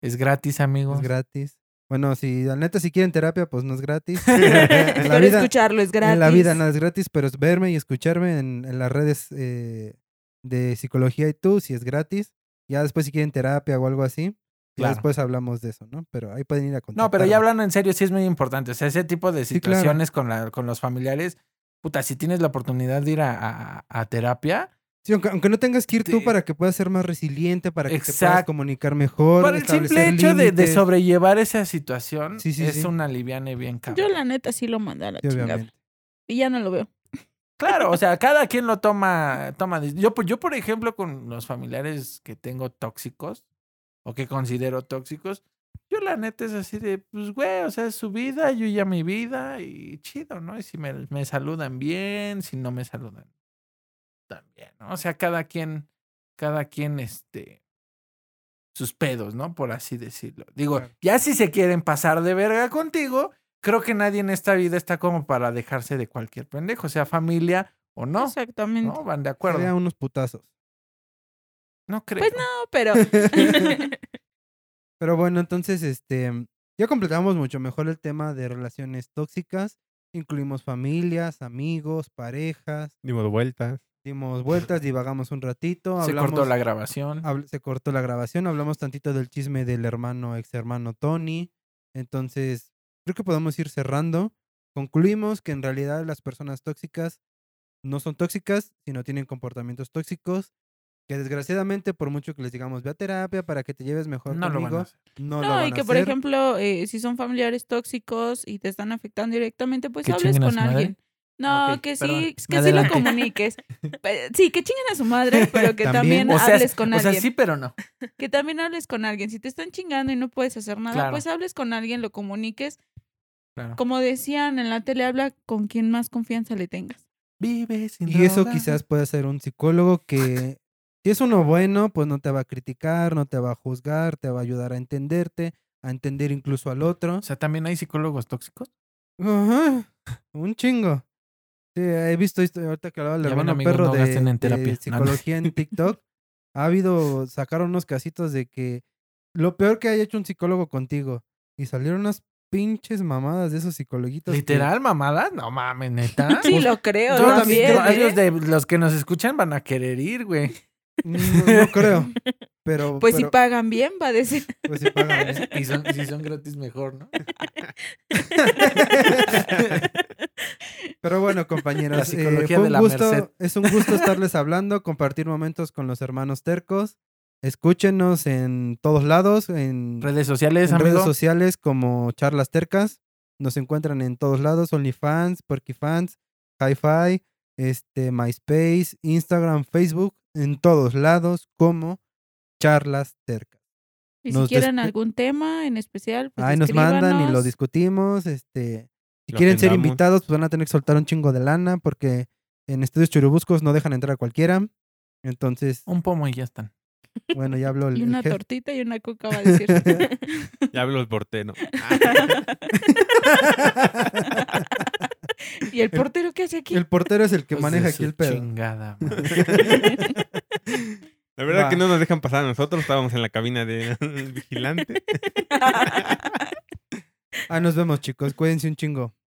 Es gratis, amigos. Es gratis. Bueno, si la neta, si quieren terapia, pues no es gratis. En la Pero vida, escucharlo es gratis. en la vida nada es gratis, pero es verme y escucharme en, en las redes eh, de psicología y tú, si es gratis. Ya después si quieren terapia o algo así, ya Claro. después hablamos de eso, ¿no? Pero ahí pueden ir a contar. No, pero ya hablando en serio, sí es muy importante. O sea, ese tipo de Sí, claro. situaciones con, la, con los familiares, puta, si tienes la oportunidad de ir a, a- a terapia, Sí, aunque, aunque no tengas que ir tú Sí. para que puedas ser más resiliente, para que te puedas Exacto. comunicar mejor. por el simple establecer hecho de, de límites. sobrellevar esa situación, Sí, sí, es sí. un aliviane bien cabrón. Yo la neta sí lo mandé a la Sí, chingada. obviamente. Y ya no lo veo. Claro, o sea, cada quien lo toma, toma. dis- Yo, por- yo, por ejemplo, con los familiares que tengo tóxicos o que considero tóxicos, yo la neta es así de, pues, güey, o sea, es su vida, yo ya mi vida y chido, ¿no? Y si me, me saludan bien, si no me saludan también, ¿no? O sea, cada quien, cada quien, este, sus pedos, ¿no? Por así decirlo. Digo, Claro. ya si se quieren pasar de verga contigo, creo que nadie en esta vida está como para dejarse de cualquier pendejo, sea familia o no. Exactamente. No, van de acuerdo. Sería unos putazos. No creo. Pues no, pero. Pero bueno, entonces, este, ya completamos mucho mejor el tema de relaciones tóxicas. Incluimos familias, amigos, parejas, Dimos vueltas. dimos vueltas, divagamos un ratito. se hablamos- cortó la grabación. habl- se cortó la grabación, hablamos tantito del chisme del hermano, ex hermano Tony. Entonces, creo que podemos ir cerrando. Concluimos que en realidad las personas tóxicas no son tóxicas, sino tienen comportamientos tóxicos. Que desgraciadamente, por mucho que les digamos, ve a terapia para que te lleves mejor No lo van conmigo", a hacer. no lo No, van y a que por hacer. ejemplo, eh, si son familiares tóxicos y te están afectando directamente, pues Que hables chinguen a con su madre. alguien. No, Ok, que sí, perdón, me que sí lo adelanté. comuniques. Pe- Sí, que chinguen a su madre, pero que También. también, O sea, hables con o sea, alguien. sí, pero no. Que también hables con alguien. Si te están chingando y no puedes hacer nada, Claro. Ah. pues hables con alguien, lo comuniques. Claro. Como decían en la tele, habla con quien más confianza le tengas. Vive sin Y eso drogas. quizás pueda ser un psicólogo que, si es uno bueno, pues no te va a criticar, no te va a juzgar, te va a ayudar a entenderte, a entender incluso al otro. O sea, también hay psicólogos tóxicos. Ajá, un chingo. Sí, he visto esto ahorita que hablaba el Ya ven, hermano amigos, perro no de, gasten en de terapia. No, no. psicología en TikTok. Ha habido, sacaron unos casitos de que lo peor que haya hecho un psicólogo contigo. Y salieron unas pinches mamadas de esos psicologuitos. que- Literal, mamadas. No mames, neta. Sí, lo creo. pues, Yo también, también. ¿eh? Varios de los que nos escuchan van a querer ir, güey. No, no creo. Pero, Pues si pero- pagan bien, va a decir. pues sí pagan, ¿eh? Y son, si son gratis, mejor, ¿no? Pero bueno, compañeros, eh, La psicología fue de un la gusto- Merced. es un gusto estarles hablando, compartir momentos con los hermanos tercos. Escúchenos en todos lados, en, Redes sociales, en amigo. redes sociales como Charlas Tercas. Nos encuentran en todos lados, OnlyFans, PerkyFans, HiFi, este, MySpace, Instagram, Facebook, en todos lados como Charlas Tercas. Y Nos si quieren despe- algún tema en especial, pues Ahí nos mandan y lo escríbanos. discutimos, este... Si Lo quieren ser agendamos. invitados, pues van a tener que soltar un chingo de lana porque en estudios churubuscos no dejan entrar a cualquiera. Entonces, Un pomo y ya están. bueno, ya habló el, Y el una jefe. tortita y una coca va a decir. Ya hablo el portero. ¿Y el portero qué hace aquí? El portero es el que Hijos de maneja Pues aquí su el pedo. Chingada. madre. La verdad Va. que no nos dejan pasar a nosotros. Estábamos en la cabina de vigilante. Ah, nos vemos, chicos. Cuídense un chingo.